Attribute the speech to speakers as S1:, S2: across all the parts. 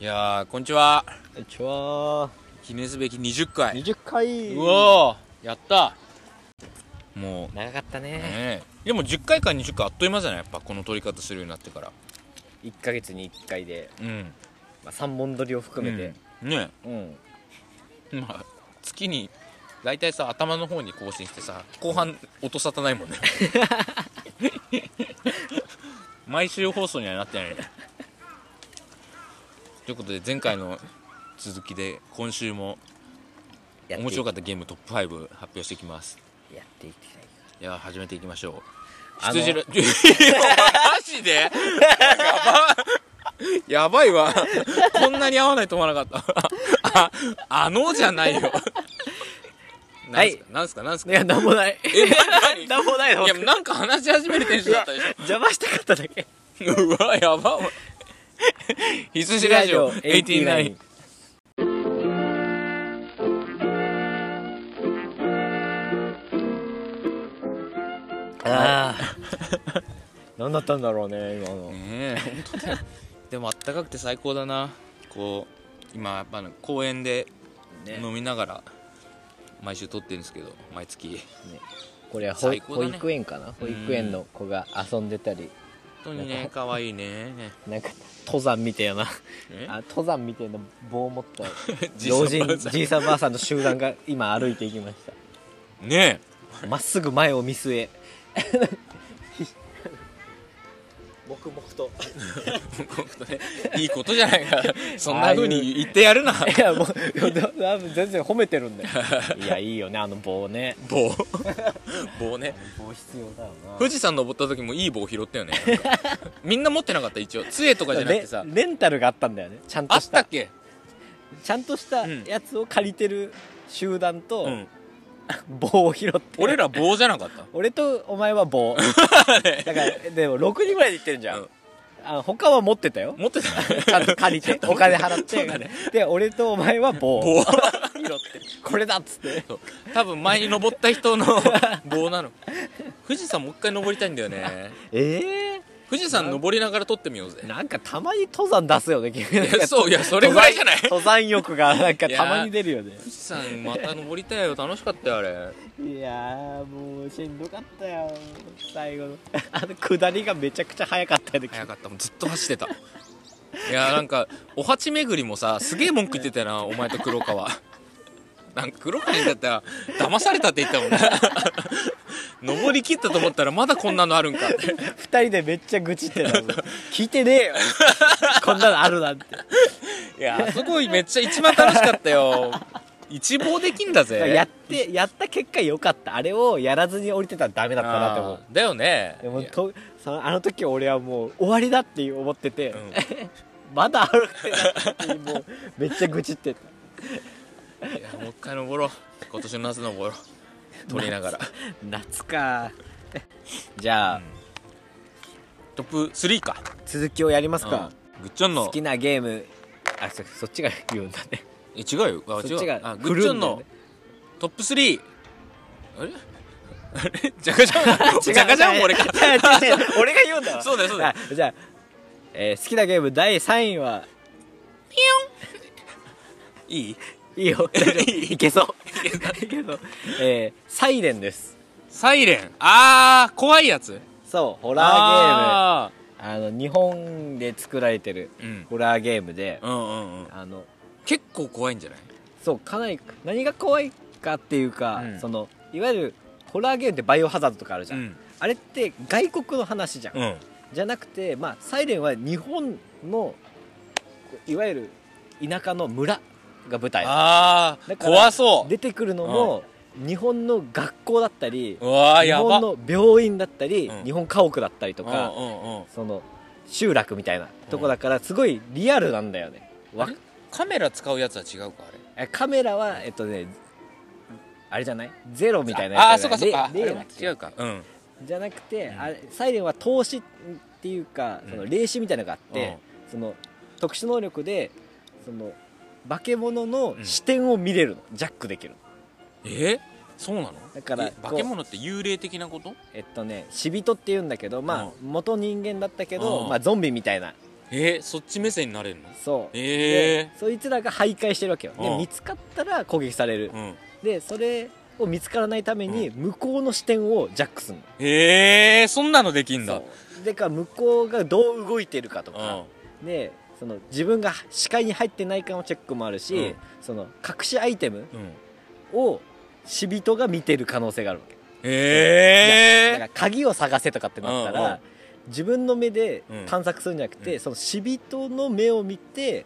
S1: いやーこんにちは
S2: こんにちは
S1: 記念すべき20回
S2: 20回
S1: うおーやったもうね
S2: 長かったね
S1: えでも10回か20回あっという間じゃないやっぱこの撮り方するようになってから
S2: 1ヶ月に1回で、
S1: うん
S2: まあ、3本撮りを含めて
S1: うんね
S2: うん、
S1: えまあ月に大体さ頭の方に更新してさ後半音沙汰ない もんね毎週放送にはなってないねということで前回の続きで今週も
S2: やって
S1: 面白かったゲームトップ5発表していきます
S2: やっていきたい
S1: いや始めていきましょう
S2: あの
S1: 羊ラいやマジで やばやばいわこんなに合わないと思わなかった ああのじゃない よ
S2: はい
S1: なんすかなんすか
S2: いやなんもない
S1: え何
S2: なんもないの
S1: いやなんか話し始めるテンションだったで
S2: 邪魔したかっただけ
S1: しょうわやば お前羊ラジオ89
S2: ああ何だったんだろうね今の
S1: ねえ本当だよでもあったかくて最高だなこう今やっぱね公園で
S2: ね
S1: 飲みながら毎週撮ってるんですけど毎月
S2: これは保,、
S1: 最高だね
S2: 育園かな保育園の子が遊んでたり
S1: 本当にね可愛いね
S2: なんか登山みたいな
S1: え
S2: あ登山みたいな棒を持った
S1: じいさん
S2: 老人
S1: ばあさん
S2: じいさんばあさんの集団が今歩いていきまし
S1: ね
S2: たまっすぐ前を見据え 黙々と
S1: えこうねいいことじゃない かそんな風に言ってや るない
S2: やもうでも多分全然褒めてる んだよいやいいよねあの棒ね
S1: 棒棒ね
S2: 棒必要だよ
S1: 富士山登った時もいい棒拾ったよねなんかみんな持ってなかった一応杖とかじゃなくてさ
S2: レレンタルがあったんだよねちゃん
S1: あ
S2: と
S1: っ
S2: したた
S1: っけ
S2: ちゃんとした
S1: うん
S2: やつを借りてる集団と、
S1: うん
S2: 棒を拾って
S1: 俺ら棒じゃなかった
S2: 俺とお前は棒 だからでも6人ぐらいで行ってるじゃん、
S1: うん
S2: あの他は持って たよ
S1: 持 ってた
S2: ちゃんと借 りてお金払っ
S1: そう
S2: て、
S1: だね
S2: で俺とお前は棒
S1: 棒
S2: 拾ってこれだっつって
S1: そう多分前に登った人の棒なの富士山もう一回登りたいんだよね
S2: ええ
S1: 富士山登りながら撮ってみようぜ
S2: なんかたまに登山出すよ ね君なんか
S1: いやそういやそれぐらいじゃない
S2: 登山登山欲がなんか
S1: いや
S2: たまに出るよね
S1: 富士山また登りたいよ楽しかったよあれ
S2: いやーもうしんどかったよ最後の あの下りがめちゃくちゃ早かったよね君
S1: 早かったもうずっと走ってたいやなんかお鉢巡りもさすげえ文句言ってたよなお前と黒川なんか黒川にだったら騙されたって言ったもんね登り切ったと思ったらまだこんなのあるんかって
S2: 二人でめっちゃ愚痴って たもん聞いてねえよこんなのあるなんて
S1: いやすごいめっちゃ一番楽しかったよ一望できんだぜ
S2: やってやった結果良かったあれをやらずに降りてたらダメだったなって思う
S1: あーだよね
S2: でも
S1: いや
S2: とそのあの時俺はもう終わりだって思ってて、
S1: うん
S2: まだあるってもうめっちゃ愚痴ってた
S1: いやもう一回登ろう今年の夏登ろう 撮りながら
S2: 夏か じゃあ、
S1: トップ3か
S2: 続きをやりますか、
S1: うん、ぐっちょんの
S2: 好きなゲームあそそっちが言うんだね
S1: え違うよあ
S2: そっち
S1: 違う
S2: が
S1: あグ
S2: 狂うんだ
S1: ッ
S2: よね
S1: チョンのトップ3あれ あれジャカジ ャンジャカジャンも俺か
S2: 違う違う違う俺が言うんだわ
S1: そうだよそうだよ
S2: あじゃあ、えー好きなゲーム第3位はい
S1: い
S2: いいよ 大丈夫いけそういけ そうえーサイレンです
S1: サイレンあー怖いやつ
S2: そうホ
S1: ホー
S2: ラーゲームあの日本で作られてる
S1: うん
S2: ホラーゲームで、
S1: うんうんうん
S2: あの
S1: 結構怖いんじゃない
S2: そうかなり何が怖いかっていうか、
S1: うん
S2: そのいわゆるホラーゲームってバイオハザードとかあるじゃん、
S1: うん
S2: あれって外国の話じゃん、
S1: うん
S2: じゃなくてまあサイレンは日本のいわゆる田舎の村が舞台
S1: あー
S2: だから
S1: 怖そう
S2: 出てくるのも、日本の学校だったり
S1: うわー
S2: 日
S1: やば
S2: 本の病院だったり、
S1: うん
S2: 日本家屋だったりとか、
S1: うんうんうん
S2: その集落みたいなとこだからすごいリアルなんだよね、わ
S1: あれカメラ使うやつは違うかあれ
S2: えカメラはえっとねあれじゃないゼロみたいな
S1: ああー
S2: やつ
S1: そ
S2: だ
S1: っかそっかあ
S2: レ
S1: れ
S2: レ
S1: は
S2: だっけ
S1: 違うかうん
S2: じゃなくて、
S1: うん
S2: あれサイレンは投資っていうか
S1: うん
S2: その霊視みたいなのがあって、その特殊能力でその化け物の視点を見れるの、ジャックできるの
S1: えそうなの
S2: だから
S1: え化け物って幽霊的なこと
S2: えっとね死人っていうんだけどまあ、
S1: う
S2: 元人間だったけど、
S1: うん
S2: まあ、ゾンビみたいな
S1: えー、そっち目線になれるの
S2: そう
S1: へえ
S2: でそいつらが徘徊してるわけよ
S1: う
S2: で
S1: ん
S2: 見つかったら攻撃される
S1: うん
S2: でそれを見つからないために向こうの視点をジャックするの
S1: へえそんなのできんだ
S2: そうでから向こうがどう動いてるかとかでその自分が視界に入ってないかのチェックもあるし、
S1: うん
S2: その隠しアイテム
S1: うん、うん、
S2: を死人が見てる可能性があるわけ
S1: へ
S2: だから
S1: え
S2: 鍵を探せとかってなったら、
S1: うんうん
S2: 自分の目で
S1: うん
S2: 探索するんじゃなくて、
S1: うん
S2: その死人の目を見て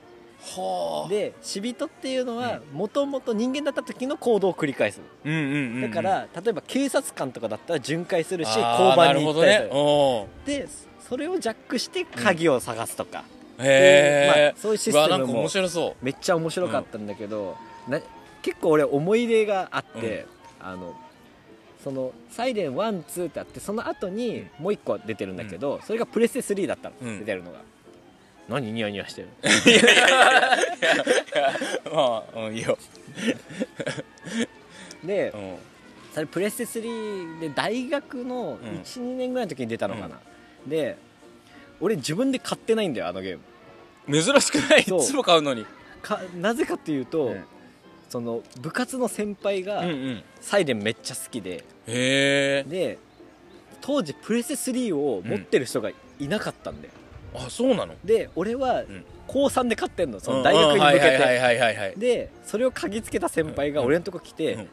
S1: はあ
S2: で死人っていうのはもともと人間だった時の行動を繰り返す
S1: うんうんうん
S2: だから、例えば警察官とかだったら巡回するし交
S1: あー
S2: 番に行ったり
S1: な
S2: と
S1: る
S2: か、
S1: ほどね
S2: でそれをジャックして鍵を探すとか、
S1: うんへ
S2: まあ
S1: え、
S2: そういうシス
S1: うわ
S2: テ
S1: なん
S2: ム
S1: か
S2: も
S1: 面白 そ
S2: めっちゃ面白かったんだけど、な結構俺思い入れがあって、あのその「サイレン12」ってあってその後にもう一個出てるんだけど、それがプレステ3だったの、
S1: うん
S2: 出てるのが何ニヤニヤしてる
S1: うまあうんいいよ、
S2: で、
S1: うん、
S2: それプレステ3で大学の
S1: うん
S2: 12、2年ぐらいの時に出たのかな、で俺自分で買ってないんだよあのゲーム
S1: 珍しくないい
S2: そう
S1: つも買うのに
S2: かなぜかというと、
S1: うん
S2: その部活の先輩
S1: う
S2: が
S1: んうん
S2: 「サイレンめっちゃ好きで、
S1: へえ
S2: で当時プレステ3を持ってる人がいなかったんだよ、
S1: あそうなの
S2: で俺は
S1: ん
S2: 高3で買ってんのその大学に向
S1: う
S2: け
S1: んはい
S2: て
S1: はいはいはいはい
S2: でそれを嗅ぎつけた先輩が
S1: うん
S2: 俺のとこ来て、
S1: うん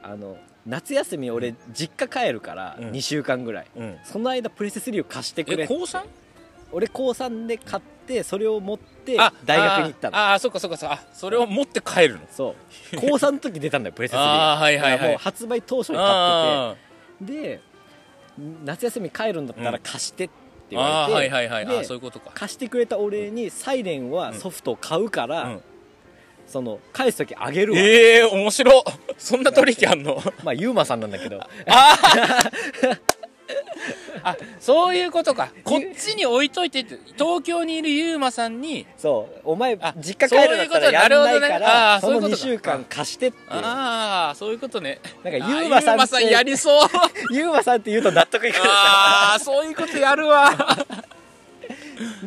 S2: あの夏休み俺実家帰るから
S1: うん
S2: 2週間ぐらい、
S1: うん
S2: その間プレステ3を貸してくれ
S1: え
S2: って
S1: 高三
S2: 俺高3で買ってそれを持って大学に行ったの
S1: あーあーそっかそっかそっかあそれを持って帰るの
S2: そう高3の時に出たんだよプレステ 3
S1: あーはいはいはい
S2: だからもう発売当初に買って
S1: あ
S2: てで夏休み帰るんだった
S1: う
S2: ら
S1: ん
S2: 貸してって
S1: ー
S2: 言わ
S1: あー
S2: れて、
S1: はいはいはいあー
S2: で
S1: そういうことか
S2: 貸してくれたお礼にサイレンはソフトを買うから、
S1: うん
S2: その返す時あげるわ、
S1: ええー、面白っそんな取引あん の
S2: まあユーマさんなんだ けど
S1: あそういうことかこっちに置いといてって東京にいるユーマさんに
S2: そうお前
S1: あ
S2: 実家帰るんだったらやらないからそ
S1: そういうことねなるほどねあーそういうことか
S2: の2週間貸してっていうなんか
S1: ああそういうことね
S2: ユ
S1: あ
S2: ーマさんっ
S1: さんや
S2: て
S1: りそう
S2: ユーマさんって言うと納得いかない
S1: ああそういうことやるわ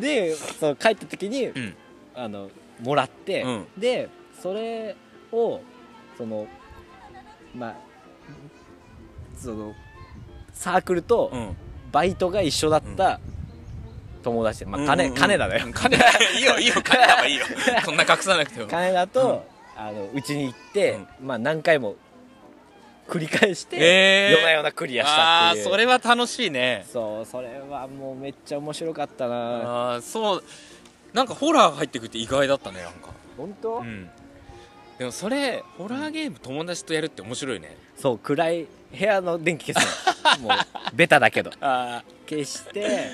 S2: でそう帰った時に、
S1: ん
S2: あのもらって、
S1: うん
S2: でそれをそのまあそのサークルと
S1: うん
S2: バイトが一緒だった友達で、まあ、金,、
S1: うんうんうん
S2: 金だね、
S1: うん 金いいよいいよ金だわいいよそんな隠さなくても
S2: 金だとあのうちに行って、まあ、何回も繰り返して、
S1: えー
S2: 夜な夜なクリアしたっていう
S1: あーそれは楽しいね
S2: そうそれはもうめっちゃ面白かったな
S1: ああそうなんかホラー入ってくるって意外だったねなんか
S2: 本当、
S1: うんでもそれホラーゲーム友達とやるって面白いね
S2: そう暗い部屋の電気消すのもうベタだけど
S1: ああ
S2: 消して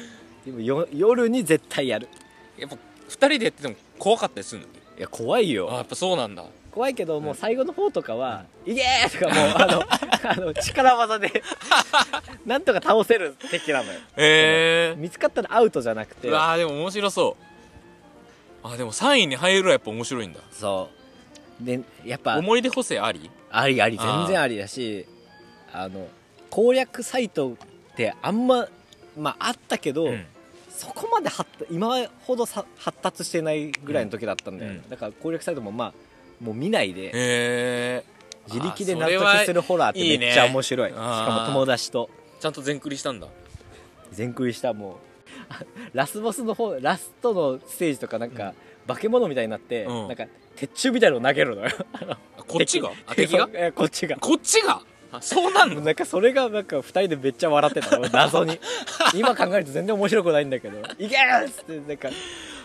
S2: でもよ夜に絶対やる
S1: やっぱ2人でやってても怖かったりするの
S2: いや怖い
S1: あー
S2: よ
S1: やっぱそうなんだ
S2: 怖いけどもう最後の方とかは「いけー!」とかも うあのあの力技でなんとか倒せる敵なのよ
S1: へ
S2: 見つかったらアウトじゃなく
S1: え
S2: て
S1: うわーでも面白そうあーでも3位に入るのはやっぱ面白いんだ
S2: そうでやっぱ
S1: 思い出補正あり
S2: ありあり
S1: あー
S2: 全然ありだしあの攻略サイトってあんままああったけど、
S1: うん
S2: そこまで発達今ほどさ発達してないぐらいの時だったんだよね、
S1: うん
S2: だから攻略サイトもまあもう見ないで
S1: へえ
S2: 自力で納得するホラーってめっちゃ面白い
S1: あ
S2: し
S1: それはいいね
S2: かも友達と
S1: ちゃんと全クリしたんだ
S2: 全クリしたもう あラスボスの方ラストのステージとかなんか、化け物みたいになって、
S1: うん
S2: なんか鉄柱みたいのを投げるのよ
S1: あこっち があ敵
S2: そ
S1: が
S2: うえこっちが
S1: こっち があそうなんの
S2: なんかそれがなんか2人でめっちゃ笑って たの謎に今考えると全然面白くないんだけど「いけーっつってなんか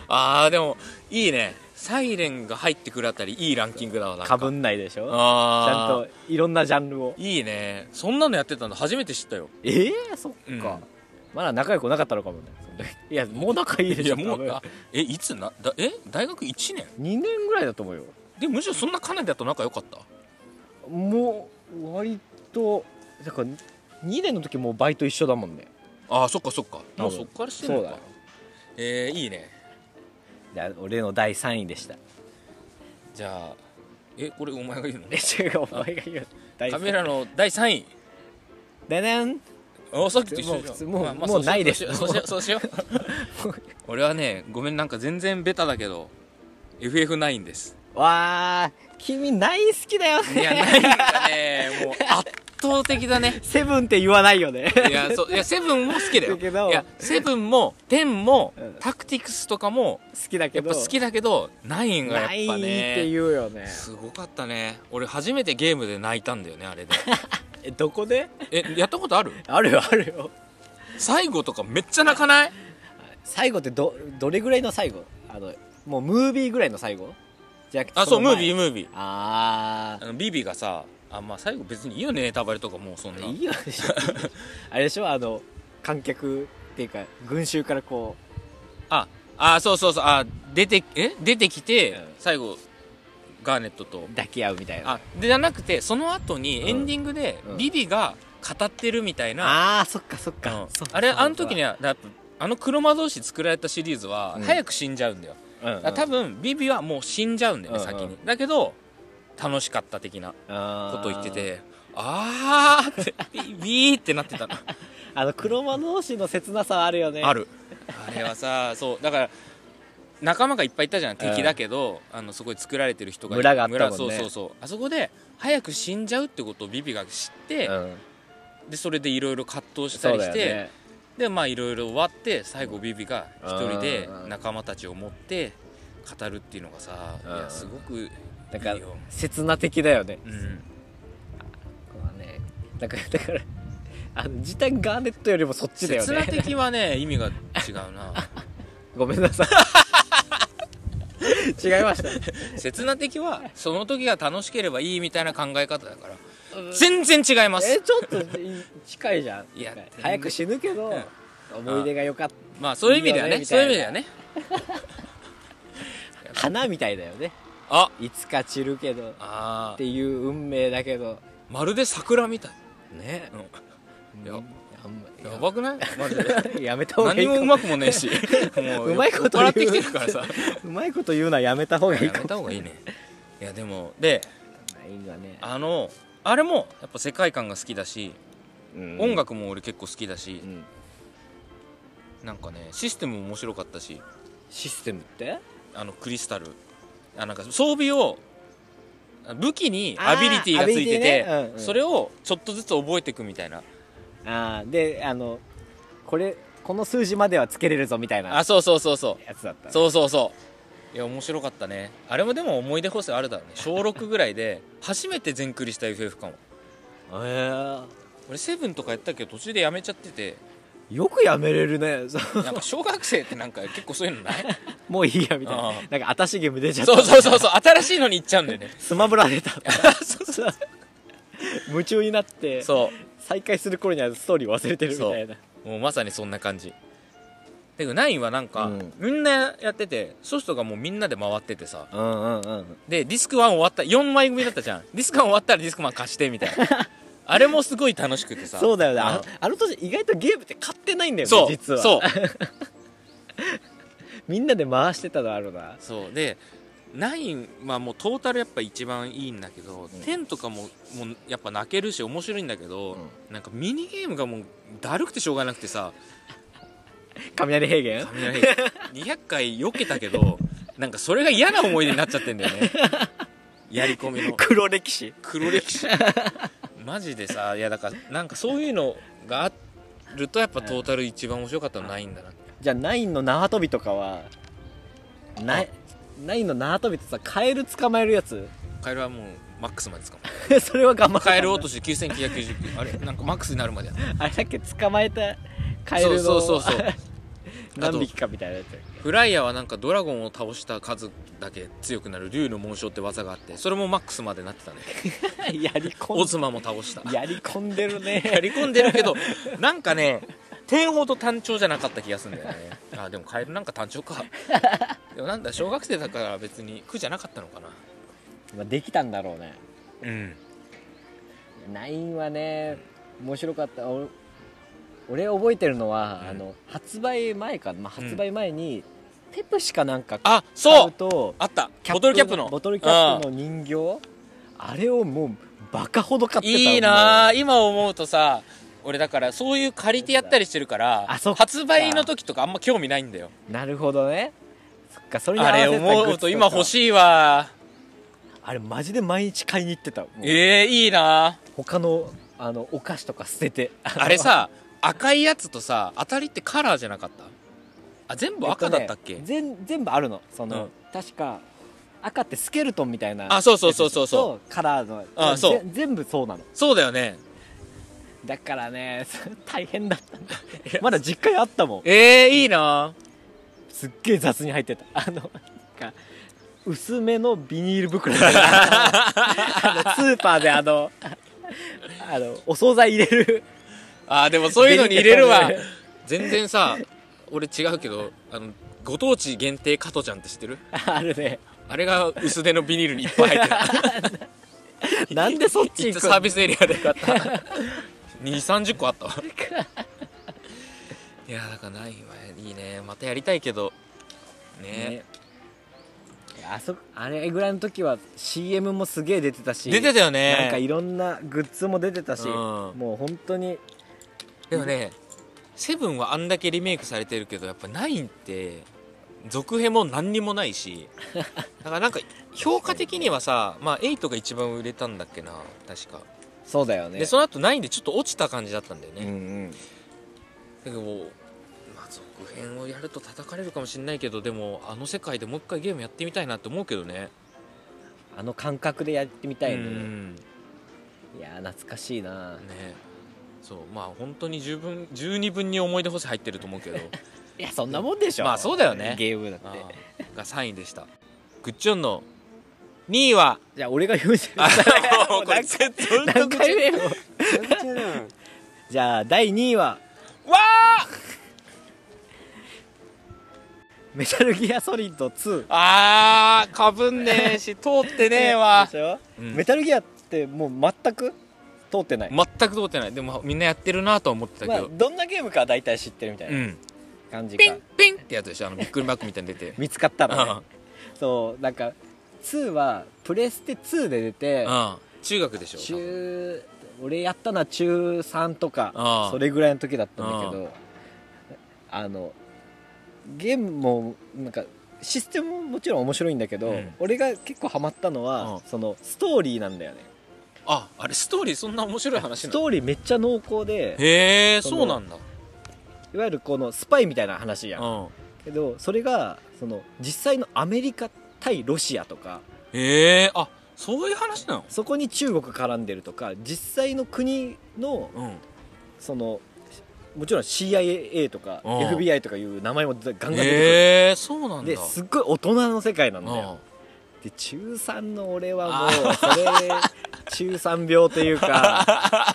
S1: あーでもいいねサイレンが入ってくるあたりいいランキングだわなん
S2: か
S1: か
S2: ぶんないでしょちゃん
S1: ああ
S2: といろんなジャンルを
S1: いいねそんなのやってたんだ初めて知ったよ
S2: ええそっか、
S1: うん
S2: まだ仲良くなかったのかもね その時いやもう仲いいで
S1: い
S2: し
S1: や
S2: ょ
S1: も
S2: 多
S1: う
S2: 分
S1: あえいつなだえ大学1年
S2: 2年ぐらいだと思うよ
S1: でむしろそんなカナダと仲良かった
S2: もう割とだから2年の時もうバイト一緒だもんね
S1: あーそっかそっか
S2: 分
S1: もうそっからしてんの
S2: そうだ
S1: か
S2: よ
S1: えー、いいね
S2: じゃあ俺の第3位でした
S1: じゃあえこれお前が言うの
S2: え違うお前が言う第
S1: カ
S2: 3
S1: メ
S2: 位
S1: ラの第3位
S2: でねん
S1: あさっきと一緒じゃん
S2: もう
S1: あまあ
S2: もうないです
S1: そうしようそうしようそうしよう俺はねごめんなんか全然ベタだけど FF9 です
S2: わあ君ない好きだよ
S1: いや
S2: ね
S1: 9がねもう圧倒的だね
S2: セブンって言わないよね
S1: いやそういやセブンも好きだよ
S2: だけど
S1: いやセブンもテンも
S2: うん
S1: タクティクスとかも
S2: 好きだけ
S1: やっ
S2: ど
S1: ぱ好きだけど9がやっ
S2: ない
S1: ぱ
S2: って
S1: ね
S2: 言うよね
S1: すごかったね俺初めてゲームで泣いたんだよねあれで
S2: えどこで
S1: えやったことある
S2: あるよあるよ
S1: 最後とかめっちゃ泣かない
S2: 最後ってどどれぐらいの最後あのもうムービーぐらいの最後じゃ
S1: あそうムービー
S2: ー
S1: ムービー
S2: あ
S1: あのビビがさあまあ最後別にいいよねネタバレとかもうそん
S2: あ
S1: ない
S2: いよでしょあれでしょあの観客っていうか群衆からこ
S1: ああそうそうそうあ出てえ出てきて、
S2: うん
S1: 最後ガーネットと
S2: う抱き合うみたいな
S1: あでじゃなくてその後に
S2: うん
S1: エンディングで、
S2: うん
S1: ビビが語ってるみたいな、
S2: あーそっかそっ
S1: う
S2: か
S1: ん
S2: そっか
S1: あれ
S2: そうだ
S1: あの時にはだあの黒魔同士作られたシリーズは、
S2: うん
S1: 早く死んじゃうんだよ、
S2: うんうん
S1: だから多分ビビはもう死んじゃうんだよね、
S2: うんうん
S1: 先にだけど楽しかった的なこ
S2: こと
S1: 言っててあーってビビーってなって たの
S2: あの黒魔同士の切なさはあるよね
S1: あるあれはさそうだから仲間がいっぱいいたじゃん敵だけど、あのそこで作られてる人が
S2: 村があったもんね
S1: そうそうそうあそこで早く死んじゃうってことをビビが知って、
S2: うん
S1: でそれでいろいろ葛藤した
S2: そう
S1: り
S2: だ
S1: し
S2: よ
S1: て、
S2: ね
S1: でまあいろいろ終わって最後ビビが一人で
S2: うん
S1: 仲間たちを持って語るっていうのがさ、
S2: うん
S1: いやすごくいいよ
S2: なんか切な的だよね
S1: うん、
S2: ここはねだからだからあの時短ガーネットよりもそっちだよ
S1: 刹那
S2: ね
S1: 的はね意 味が違うな
S2: ごめんなさい 違いました
S1: 刹那的はその時が楽しければいいみたいな考え方だから全然違います
S2: えちょっとい近いじゃん
S1: いや
S2: なんか早く死ぬけど、思い出が良かっ
S1: まあそういう意味ではね
S2: いいよねみた
S1: そう
S2: い
S1: い
S2: な
S1: う意味ではね
S2: た花みたいだよね
S1: あ
S2: いつか散るけどっ
S1: あ
S2: ていう運命だけど
S1: ーまるで桜みたい、
S2: ね
S1: うん、や
S2: あんま
S1: やばくないマ ジで
S2: やめた方がいい
S1: 何
S2: か
S1: もうまくもねえ しも
S2: うまいこと
S1: 酔っ払って
S2: 言う
S1: きてるからさ
S2: うまいこと言うのはやめた方がいい
S1: や
S2: か
S1: め
S2: も
S1: た方がいいねいやでもで
S2: いいわね
S1: あのあれもやっぱ世界観が好きだし、
S2: うん
S1: 音楽も俺結構好きだし
S2: う、ん
S1: なんかねシステムも面白かったし
S2: システムって
S1: あのクリスタルあなんか装備をあ武器にアビリティがついてて、
S2: あーアビリティねうんうん
S1: それをちょっとずつ覚えていくみたいな
S2: ああであのこれこの数字まではつけれるぞみたいな
S1: あそうそうそうそう
S2: やつだった
S1: そうそうそういや面白かったねあれもでも思い出補正あるだろうね小6ぐらいで初めて全クリした FF かも
S2: へえ
S1: 俺セブンとかやったけど途中でやめちゃってて
S2: よくやめれるね そう
S1: なんか小学生ってなんか結構そういうのない
S2: もういいやみたい
S1: あ
S2: な
S1: あ
S2: なんか私ゲーム出ちゃっ た
S1: そうそうそうそう新しいのに行っちゃうんだよね
S2: スマブラ出た
S1: そう
S2: 夢中になっ て
S1: そ
S2: 再開する頃にはストーリー忘れてるみたいな
S1: うもうまさにそんな感じてかナインはなんか、
S2: うん
S1: みんなやっててソフトがもうみんなで回っててさ
S2: うんうんうん
S1: でディスク1終わった4枚組だったじゃんディスク1終わったらディスクマン貸してみたい なあれもすごい楽しくてさ
S2: そうだよね
S1: ん
S2: ああの年意外とゲームって買ってないんだよね
S1: そう
S2: 実は
S1: そう
S2: みんなで回してたのあるな
S1: そうで9まあもうトータルやっぱ一番いいんだけど、10とかももうやっぱ泣けるし面白いんだけど、なんかミニゲームがもうだるくてしょうがなくてさ
S2: 雷平原
S1: 雷200回避けたけどなんかそれが嫌な思い出になっちゃってんだよねやり込みの
S2: 黒歴史
S1: 黒歴史マジでさいやだからなんかそういうのがあるとやっぱトータル一番面白かったのは9だな
S2: じゃあナインの縄跳びとかはなナインの縄跳びってさカエル捕まえるやつ
S1: カエルはもうマックスまでですか
S2: それは頑張った
S1: カエル落とし9999あれなんかマックスになるまでやった
S2: あれだっけ捕まえたカエルの
S1: そうそうそうそう
S2: 何匹かみたいなやつ
S1: フライヤーはなんかドラゴンを倒した数だけ強くなる竜の紋章って技があってそれもマックスまでなってたね
S2: やり
S1: オ
S2: 込
S1: ズマも倒した
S2: んやり込んでる
S1: や
S2: ね
S1: り込んでるけどなんかね点ほど単調じゃなかった気がするんだよねあでもカエルなんか単調かでもなんだ小学生だから別に苦じゃなかったのかな
S2: まあできたんだろうね
S1: うん
S2: ナインはね面白かったお俺覚えてるのは、
S1: うん
S2: あの発売前か、まあ、発売前に、ペプシかなんか
S1: あ
S2: 買
S1: そうう
S2: と
S1: あった
S2: ップ
S1: ボトルキャップの
S2: ボトルキャップの人形あれをもうバカほど買
S1: う
S2: っ
S1: ん
S2: てた
S1: いいな
S2: も
S1: あ今思うとさ俺だからそういう借りてやったりしてるから
S2: あそっか
S1: 発売の時とかあんま興味ないんだよ
S2: なるほどねそっかそれに
S1: あれ思うと今欲しいわ
S2: いあれマジで毎日買いに行ってたもう
S1: えー、いいな
S2: 他のあのお菓子とか捨てて
S1: あれさ赤いやつとさ当たりってカラーじゃなかったあ全部赤だったっけ、
S2: えとね全全部あるのその、
S1: うん
S2: 確か赤ってスケルトンみたいな
S1: あそうそうそうそうそう
S2: カラーの
S1: あそう
S2: ぜ全部そうなの
S1: そうだよね
S2: だからね 大変だったんだ まだ実家にあったもん
S1: えー、いいな
S2: すっげえ雑に入ってたあのなんか薄めのビニール袋みた いなあのスーパーであのあのお惣菜入れる
S1: あーでもそういうのに入れるわ
S2: デリケート
S1: 全然さ俺違うけどあのご当地限定加トちゃんって知ってる
S2: あるね
S1: あれが薄手のビニールにいっぱい入 ってる
S2: なんでそっち
S1: 行っ
S2: 行
S1: た
S2: く
S1: サービスエリアで買った2三3 0個あった わいやだからないわいいねまたやりたいけどね
S2: ねあそあれぐらいの時は CM もすげえ出てたし
S1: 出てたよね
S2: なんかいろんなグッズも出てたし、
S1: うん
S2: もう本当に
S1: でもね「セブンはあんだけリメイクされてるけどやっぱ9って続編も何にもない しだからなんか評価的にはさ、まあ、8が一番売れたんだっけな確か、
S2: そうだよね
S1: でその後9でちょっと落ちた感じだったんだよね、
S2: うんうん
S1: だけど、まあ、続編をやると叩かれるかもしれないけどでもあの世界でもう一回ゲームやってみたいなって思うけどね
S2: あの感覚でやってみたいね、
S1: うんね
S2: いやー懐かしいな
S1: そうまあ本当に十分十二分に思い出補正入ってると思うけど
S2: いやそんなもんでしょ
S1: まあそうだよね
S2: ゲームだって
S1: ああが3位でしたグッチョンの2位 は
S2: じゃあ俺が言うじゃん
S1: もう これずっと
S2: 何 回目よ
S1: わ
S2: じゃあ第2位は
S1: あ
S2: メタルギアソリッド2
S1: あーかぶんねえし通ってねえわ
S2: でしょ、
S1: うん
S2: メタルギアってもう全く通ってない、
S1: 全く通ってないでもみんなやってるなとは思ってた
S2: ま
S1: け
S2: あ
S1: ど、
S2: どんなゲームかは大体知ってるみたいうなん感じか、
S1: ピンピンってやつでしょあのビックリバックみたいに出て
S2: 見つかった ら、ね
S1: うん、
S2: そうなんか2はプレステ2で出て
S1: うん、中学でしょ多分
S2: 中俺やったのは中3と
S1: あ
S2: か
S1: あ
S2: それぐらいの時だったんだけどあのゲームもなんかシステムももちろん面白いんだけど、
S1: うん
S2: 俺が結構ハマったのは、
S1: うん
S2: そのストーリーなんだよね
S1: ああれストーリーそんな面白い話
S2: ス
S1: なの
S2: トーリーめっちゃ濃厚で
S1: へえ
S2: その
S1: そうなんだ
S2: いわゆるこのスパイみたいな話や
S1: うんん
S2: けどそれがその実際のアメリカ対ロシアとか
S1: へえあそういう話なの
S2: そこに中国絡んでるとか実際の国の
S1: うん
S2: そのもちろん CIA とか
S1: うん
S2: FBI とかいう名前もガンガン出てくる、
S1: へえそうなんだ
S2: ですっごい大人の世界なんだよ
S1: う
S2: で中3の俺はもうそれ中3病とい うか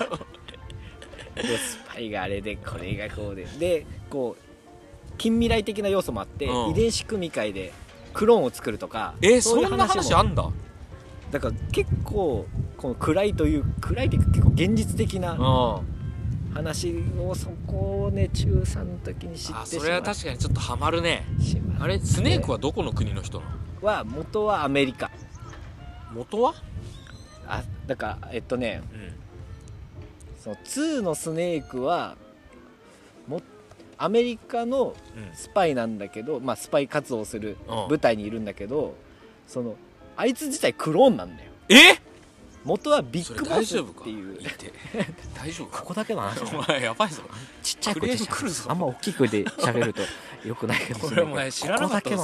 S2: でスパイがあれでこれがこうででこう近未来的な要素もあって、
S1: うん
S2: 遺伝子組み換えでクローンを作るとか
S1: んえ
S2: そうい
S1: そうん
S2: 話も
S1: な話あんだ
S2: だから結構この暗いという暗いというか結構現実的な
S1: うん
S2: 話をそこをね中3の時に知っ
S1: あ
S2: てし
S1: そ
S2: ま
S1: れは確かにちょっとハマるね
S2: しまって
S1: あれスネークはどこの国の人なの
S2: は元はアメリカ
S1: 元は
S2: あだからえっとね
S1: うん
S2: その2のスネークはもアメリカの
S1: うん
S2: スパイなんだけど、まあ、スパイ活動をする
S1: うん
S2: 部隊にいるんだけど、そのあいつ自体クローンなんだよ
S1: え
S2: 元はビ
S1: そ
S2: ッ
S1: れ
S2: グボ
S1: 大
S2: ス
S1: 丈
S2: っ
S1: 夫か
S2: ていう
S1: 言って 大丈夫か
S2: ここだけの話
S1: お前やばいぞ
S2: ちっちゃい
S1: ク
S2: 声
S1: レ
S2: で
S1: ーム来るぞ
S2: あんま大きい声で喋るとよくないかもしれな
S1: 俺
S2: い
S1: お前知らなかったわ
S2: ここだけの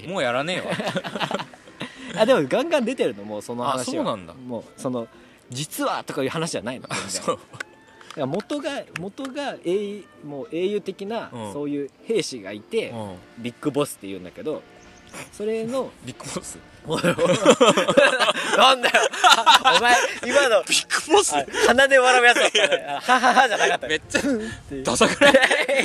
S2: 話
S1: もうやらねえわ
S2: あでもガンガン出てるのもうその話は
S1: あそうなんだ
S2: もうその実はとかいう話じゃないの 全然
S1: そう
S2: だから元が元が英もう英雄的な、
S1: うん
S2: そういう兵士がいて、
S1: うん
S2: ビッグボスっていうんだけどそれの
S1: ビッグボス
S2: なんだよ お前今の
S1: ビッグボス
S2: 鼻で笑うやつだったねあはははじゃなかった
S1: めっちゃ
S2: て
S1: ダサくない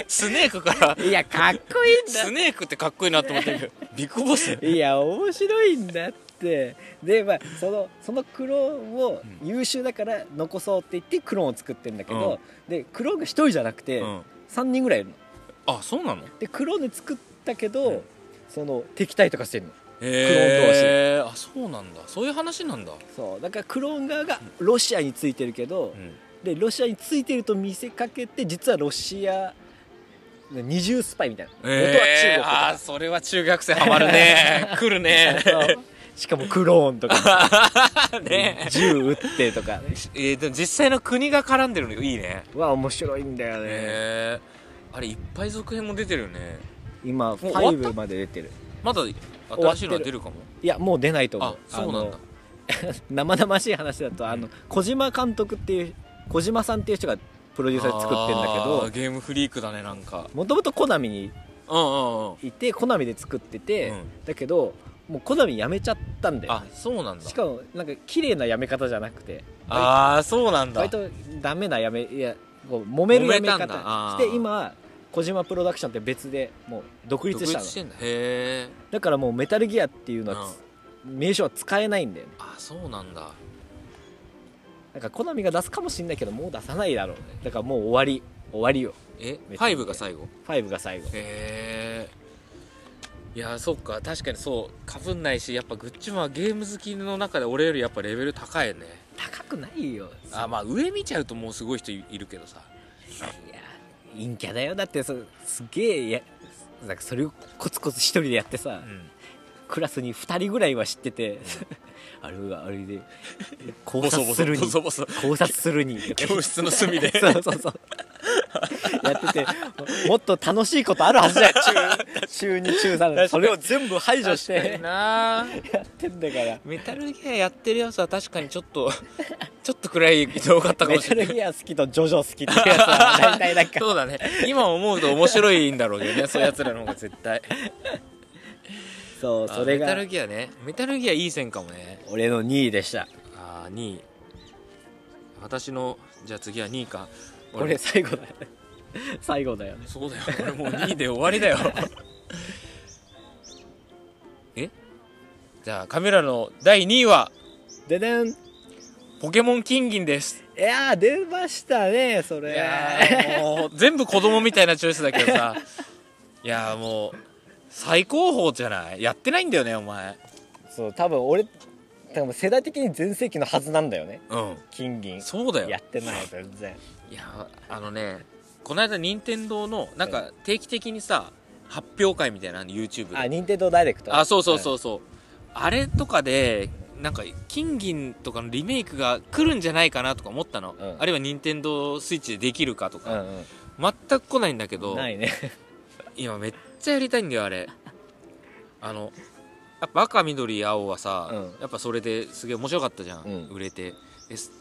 S1: スネークから
S2: いやかっこいいんだ
S1: スネークってかっこいいなと思った けどビッグボス
S2: いや面白いんだってでまあそのそのクローンを
S1: うん
S2: 優秀だから残そうって言ってクローンを作ってるんだけ
S1: うん
S2: ど、でクローンが1人じゃなくて
S1: うん
S2: 3人ぐらいいるの
S1: あそうなの
S2: でクローンで作ったけど、
S1: うん
S2: その敵対とかしてるの
S1: へえあそうなんだそういう話なんだ
S2: そうだからクローン側がロシアについてるけど、
S1: うん
S2: でロシアについてると見せかけて実はロシア二重スパイみたいな、
S1: えー、
S2: 元
S1: あ
S2: は
S1: ーそれは中学生ハマる ね来るね
S2: 中国とかしかもクローンとか
S1: ね
S2: 銃撃ってとか
S1: えーでも実際の国が絡んでるのいいね
S2: は面白いんだよね、
S1: えー、あれいっぱい続編も出てるよね
S2: 今
S1: 終わった
S2: 5まで出てる
S1: まだ新しいのは出るかも
S2: いやもう出ないと思
S1: あ
S2: う
S1: そうなんだ
S2: あの生々しい話だとあの小島監督っていう小島さんっていう人がプロデューサーで作ってんだけ
S1: あー
S2: ど
S1: ゲームフリークだねなんか
S2: もともとコナミに
S1: うんうんうん
S2: いてコナミで作ってて、
S1: うん
S2: だけどもうコナミ辞めちゃったんだよ
S1: あ
S2: ね
S1: そうなんだ
S2: しかもなんか綺麗な辞め方じゃなくて
S1: ああそうなんだ
S2: 割とダメな辞めいやこう揉める辞め
S1: 揉めたんだあー
S2: 方して今小島プロダクションって別でもう独
S1: 独
S2: 立した
S1: 立
S2: の
S1: してんだへえ
S2: だからもうメタルギアっていうのはつ、名称は使えないんだよね
S1: あそうなんだ
S2: なんかコナミが出すかもしれないけどもう出さないだろうねだからもう終わり終わりよ
S1: え
S2: めっちゃいいね
S1: 5が最後
S2: 5が最後
S1: へえいやそっか確かにそうかぶんないしやっぱグッチマンはゲーム好きの中で俺よりやっぱレベル高いよね
S2: 高くないよ
S1: あまあ上見ちゃうともうすごい人いいるけどさ
S2: いや陰キャだよだってそすげえやなんかそれをコツコツ一人でやってさ、
S1: うん
S2: クラスに2人ぐらいは知っててあれはあれ で考
S1: ボソ
S2: 察
S1: ボ
S2: す
S1: ソ
S2: るに
S1: ボソボソ
S2: 考察す るに
S1: 教室の隅で
S2: そうそうそうやっててももっと楽しいことあるは ずだよ中中2中3でそれを全部排除して
S1: な
S2: やってんだから
S1: メタルギアやってるやつは確かにちょっとちょっと暗い動画あったか
S2: メ
S1: もし
S2: タ
S1: れな
S2: ル
S1: い
S2: ギア好きとジョジョ好きっていうやつは 大体なんか
S1: そうだね今思うと面白いんだろうけどねそういうやつらの方が絶対
S2: そう
S1: あ
S2: それ
S1: メ
S2: が
S1: タルギアねメタルギアいい線かもね
S2: 俺の2位でした
S1: あ2位私のじゃあ次は2位か
S2: これ最後だよ 最後だよね
S1: そうだよ俺もう2位で終わりだよ えじゃあカメラの第2位は
S2: ででんい
S1: ポケモン金銀です
S2: やー出ましたねそ
S1: い
S2: れ
S1: やーもう全部子供みたいなチョイスだけどさいやーもう最高峰じゃないやってないんだよねお前
S2: そう多分俺多分世代的に全盛期のはずなんだよね
S1: うん
S2: 金銀
S1: そうだよ
S2: やってない全然
S1: いやあのねこの間任天堂のなんか定期的にさ発表会みたいなの YouTube で
S2: あ任天堂ダイレクト
S1: あそうそう
S2: う
S1: そ
S2: ん
S1: うそう、あれとかでなんか金銀とかのリメイクが来るんじゃないかなとか思ったの、
S2: うん
S1: あるいは任天堂スイッチでできるかと
S2: う
S1: か、
S2: ん
S1: 全く来ないんだけ
S2: う
S1: ど
S2: んな いね
S1: 今めっちゃやりたいんだよあれあのやっぱ赤緑青はさ、
S2: うん
S1: やっぱそれですげえ面白かったじゃん、
S2: うん
S1: 売れてです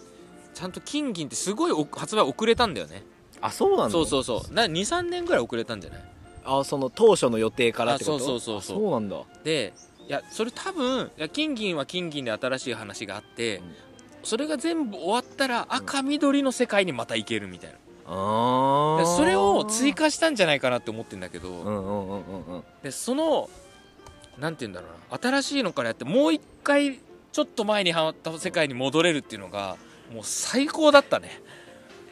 S1: ちゃんと金銀ってすごいお発売遅れたんだよね
S2: あそうなの
S1: そうそうそうな23年ぐらい遅れたんじゃない
S2: あその当初の予定から
S1: あ
S2: ってこ
S1: そう
S2: と
S1: そう
S2: そう
S1: そうそう
S2: そうなんだ
S1: でいやそれ多分いや金銀は金銀で新しい話があって、
S2: うん
S1: それが全部終わったら赤緑の世界にまた行けるみたいな、
S2: あ
S1: で
S2: あ
S1: それを追加したんじゃないかなって思ってんだけど、
S2: うんうんうんうんうん
S1: でそのなんて言うんだろうな新しいのからやってもう一回ちょっと前にはまった世界に戻れるっていうのがもう最高だったね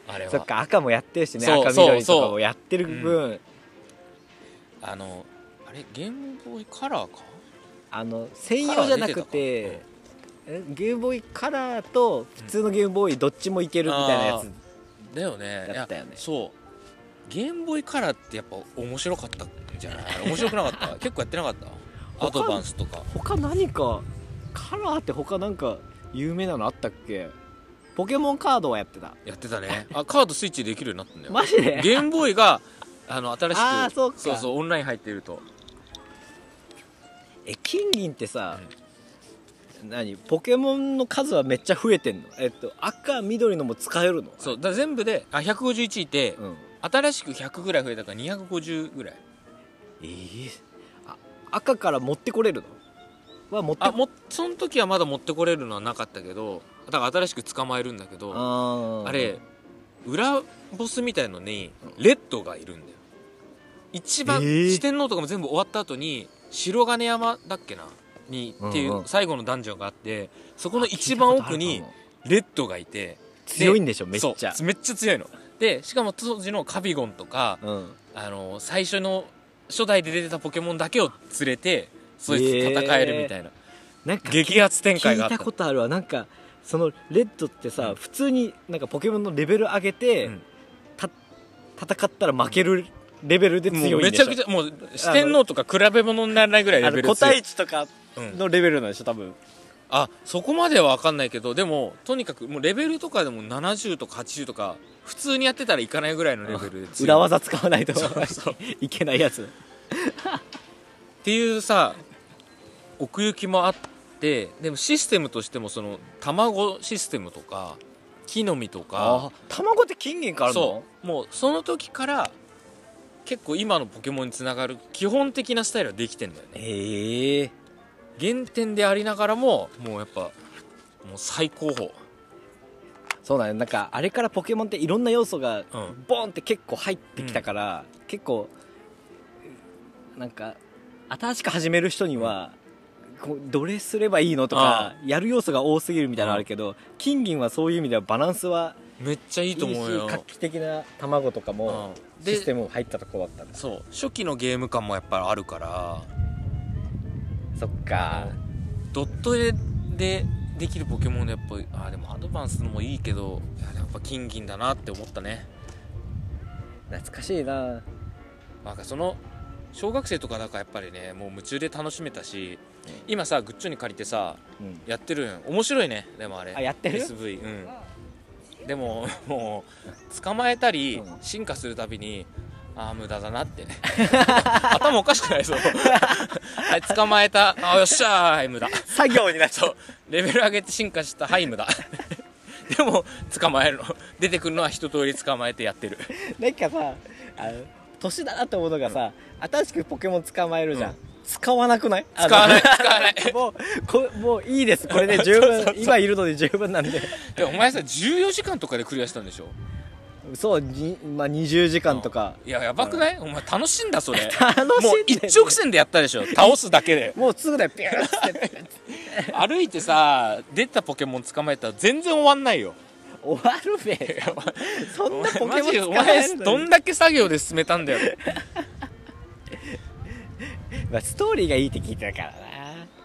S1: あれ
S2: そっ
S1: は
S2: か赤もやってるしね
S1: そう
S2: 赤
S1: そう
S2: 緑とか
S1: そ
S2: も
S1: う
S2: やってる分、
S1: あのあれゲームボーイカラーか
S2: あの専用じゃなくてえゲームボーイカラーと普通のゲームボーイどっちもいけるみたいなやつ、
S1: あだよね
S2: だったよね
S1: いやそうゲームボーイカラーってやっぱ面白かったんじゃない面白くなかった 結構やってなかったア
S2: わかん
S1: ドバンスとか
S2: 他何かカラーって他なんか有名なのあったっけポケモンカードはやってた
S1: やってたねあカードスイッチできるようになったんだよ
S2: マジで
S1: ゲームボーイがあの新しく
S2: あーそうか
S1: そうオンライン入っていると
S2: え金銀ってさ、何ポケモンの数はめっちゃ増えてんのえっと赤緑のも使えるの
S1: そうだから全部であ151いて、
S2: うん
S1: 新しく100ぐらい増えたから250ぐらい
S2: えーあ赤から持ってこれるのは持って
S1: あもその時はまだ持ってこれるのはなかったけどだから新しく捕まえるんだけどあ
S2: あー
S1: れ裏ボスみたいのにレッドがいるんだよ一番、
S2: えー
S1: 四天王とかも全部終わった後に白金山だっけなにってい
S2: うん
S1: う
S2: うん
S1: 最後のダンジョンがあってそこの一番奥
S2: 聞い
S1: に
S2: たことあるかも
S1: レッドがいて
S2: 強いんでしょめっちゃ
S1: そうめっちゃ強いのでしかも当時のカビゴンとか、
S2: うん
S1: あの最初の初代で出てたポケモンだけを連れてそい
S2: へ
S1: つ
S2: ー
S1: 戦えるみたいな、
S2: なんか
S1: 激アツ展開
S2: 聞
S1: があ
S2: い
S1: った
S2: たことあるわなんかそのレッドってさ、
S1: うん
S2: 普通になんかポケモンのレベル上げて、
S1: うん
S2: た戦ったら負けるレベルで
S1: も
S2: 強
S1: う
S2: いん
S1: め
S2: で
S1: ち
S2: しょ
S1: ゃくちゃもう四天王とか比べ物にならないぐらい
S2: あ
S1: レ
S2: の
S1: ベル
S2: 個
S1: 強い
S2: 体値とか
S1: うん
S2: のレベルなんでしょ多分、
S1: あそこまでは分かんないけどでもとにかくもうレベルとかでも70とか80とか普通にやってたらいかないぐらいのレベルで強い
S2: 裏技使わないと
S1: そうそう
S2: いけないやつ
S1: っていうさ奥行きもあってでもシステムとしてもその卵システムとか木の実とか
S2: あ卵って金銀からある
S1: そ
S2: の
S1: うもうその時から結構今のポケモンにつながる基本的なスタイルはできてんだよね
S2: ええ
S1: 原点でありながらももうやっぱもう最高峰
S2: そうだねなんかあれからポケモンっていろんな要素が
S1: うん
S2: ボンって結構入ってきたから、結構なんか新しく始める人には、こうどれすればいいのとかやる要素が多すぎるみたいなのあるけど、金銀はそういう意味ではバランスは
S1: めっちゃいい
S2: いい
S1: と
S2: し
S1: 思うよ
S2: 画期的な卵とかも
S1: うん
S2: システ
S1: で
S2: ム入ったとこだったんです
S1: そう初期のゲーム感もやっぱりあるから
S2: そっか
S1: ドット絵でできるポケモンのやっぱりあーでもアドバンスのもいいけどいややっぱ金銀だなって思ったね
S2: 懐かしいな
S1: なんかその小学生とかだからやっぱりねもう夢中で楽しめたし今さグッチョに借りてさ
S2: うん
S1: やってるん面白いねでもあれ
S2: あやってる
S1: SV うんでも もう捕まえたり
S2: うん
S1: 進化するたびにああ無駄だなって 頭おかしくないぞ はい捕まえたあよっしゃーはい無駄
S2: 作業になっちゃう
S1: そうレベル上げて進化したはい無 駄でも捕まえるの出てくるのは一通り捕まえてやってる
S2: なんかさあの年だなって思うのがさ、新しくポケモン捕まえるじゃん、
S1: うん
S2: 使わなくない
S1: 使わない
S2: あ
S1: 使わない
S2: のもうこもういいですこ れで十分今いるので十分なんで
S1: でもお前さ14時間とかでクリアしたんでしょ
S2: そうに、まあ、20時間とか、
S1: いややばくない、お前楽しんだそれ
S2: 楽しんでる
S1: もう一直線でやったでしょ倒すだけ で
S2: もうすぐだよピューって
S1: 歩いてさ出たポケモン捕まえたら全然終わんないよ
S2: 終わるべそんなポ
S1: マ
S2: ケモ
S1: ジ
S2: ン
S1: お
S2: 捕ま
S1: 前
S2: える
S1: ど
S2: のに
S1: んだけ作業で進めたんだよ
S2: まあストーリーがいいって聞いてたからな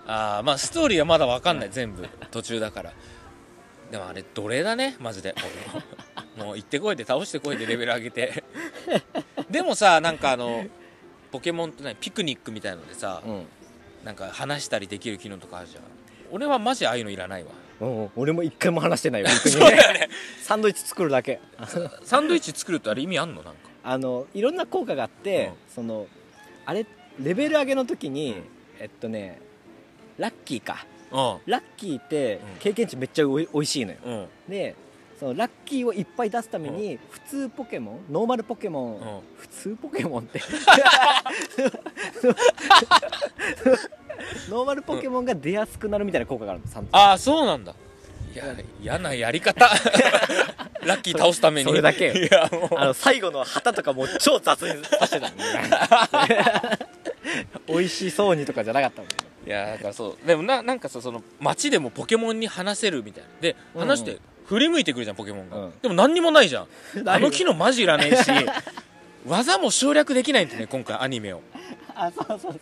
S1: ああまあストーリーはまだわかんない全部途中だからでもあれ奴隷だねマジで俺もう行ってこいで倒してこいでレベル上げてでもさなんかあのポケモンってねピクニックみたいのでさ、
S2: うん
S1: なんか話したりできる機能とかあるじゃん俺はマジああいうのいらないわ
S2: うん、俺も一回も話し てないよ僕
S1: そう
S2: にね
S1: だよね
S2: サンドイッチ作るだけ
S1: サンドイッチ作るってあれ意味あんのなんか
S2: あのいろんな効果があって、
S1: うん
S2: そのあれレベル上げの時に、
S1: うん
S2: えっとねラッキーか
S1: う
S2: ラッキーって
S1: うん
S2: 経験値めっちゃおいおいしいのよ
S1: んうん
S2: でそのラッキーをいっぱい出すために、普通ポケモンノーマルポケモン、
S1: うん
S2: 普通ポケモンって ノーマルポケモンが出やすくなるみたいな効果があるのサン
S1: ああそうなんだいや嫌なやり方 ラッキー倒すために
S2: それだけよ
S1: いやもう
S2: あの最後の旗とかもう超雑に刺してたの 美味しそうにとかじゃなかった んだよ
S1: いやだからそうでもななんかさその街でもポケモンに話せるみたいなで
S2: うんうん
S1: 話して振り向いてくるじゃんポケモンが、
S2: うん
S1: でも何にもないじゃん
S2: な
S1: あ
S2: いよ
S1: の機能マジいらねえ し技も省略できないんだよね今回アニメを
S2: あそうそうそう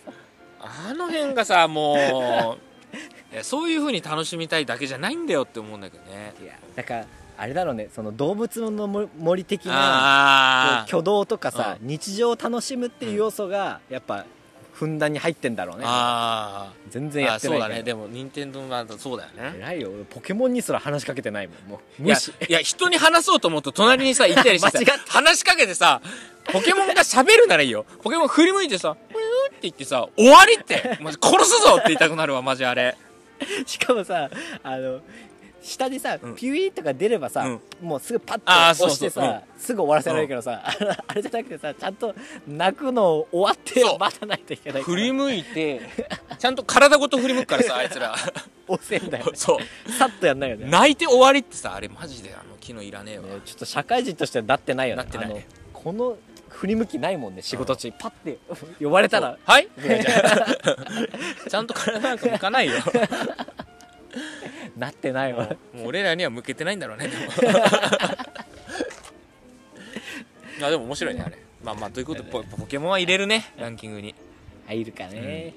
S1: あの辺がさも ういやそういう風に楽しみたいだけじゃないんだよって思うんだけどね
S2: いやだからあれだろうねその動物の森森的なこ
S1: あー
S2: う挙動とかさ、
S1: う
S2: 日常を楽しむっていう要素がやっぱふんだんに入ってんだろうね
S1: あー
S2: 全然やってない
S1: あーそうだ
S2: け
S1: ね
S2: ど
S1: でも任天堂はそうだよね
S2: 偉いよ俺ポケモンにすら話しかけてないもんもう
S1: いや
S2: 無 視
S1: いや人に話そうと思うと隣にさ行ったりしてさ
S2: 間違っ
S1: 話しかけてさポケモンが喋るならいいよポケモン振り向いてさ「ふーん」って言ってさ「終わり!」ってマジ殺すぞって言いたくなるわマジあ れ
S2: しかもさあの下にさ、
S1: うん
S2: ピュイーとか出ればさ、
S1: うん
S2: もうすぐパッ
S1: あー
S2: と押してさ
S1: そうそう
S2: すぐ終わらせられるけどさ、あ のあれじゃなくてさちゃんと泣くのを終わって
S1: そう
S2: 待たないといけないか
S1: 振
S2: ら
S1: り向いてちゃんと体ごと振り向くからさあいつ ら
S2: 押せんだよ、 ね、
S1: そう
S2: さっとやんないよね
S1: 泣いて終わりってさあれマジであの機能いらねえわ
S2: ねちょっと社会人としてはなってないよ
S1: な
S2: ね
S1: ってない
S2: あのこの振り向きないもんね仕事中パッて 呼ばれたら
S1: はいぐらいじゃん ちゃんと体なんか向かないよ
S2: なってないわ
S1: もう俺らには向けてないんだろうねでも あでも面白いねあれまあまあということでポポケモンは入れるねランキングに
S2: 入るかね、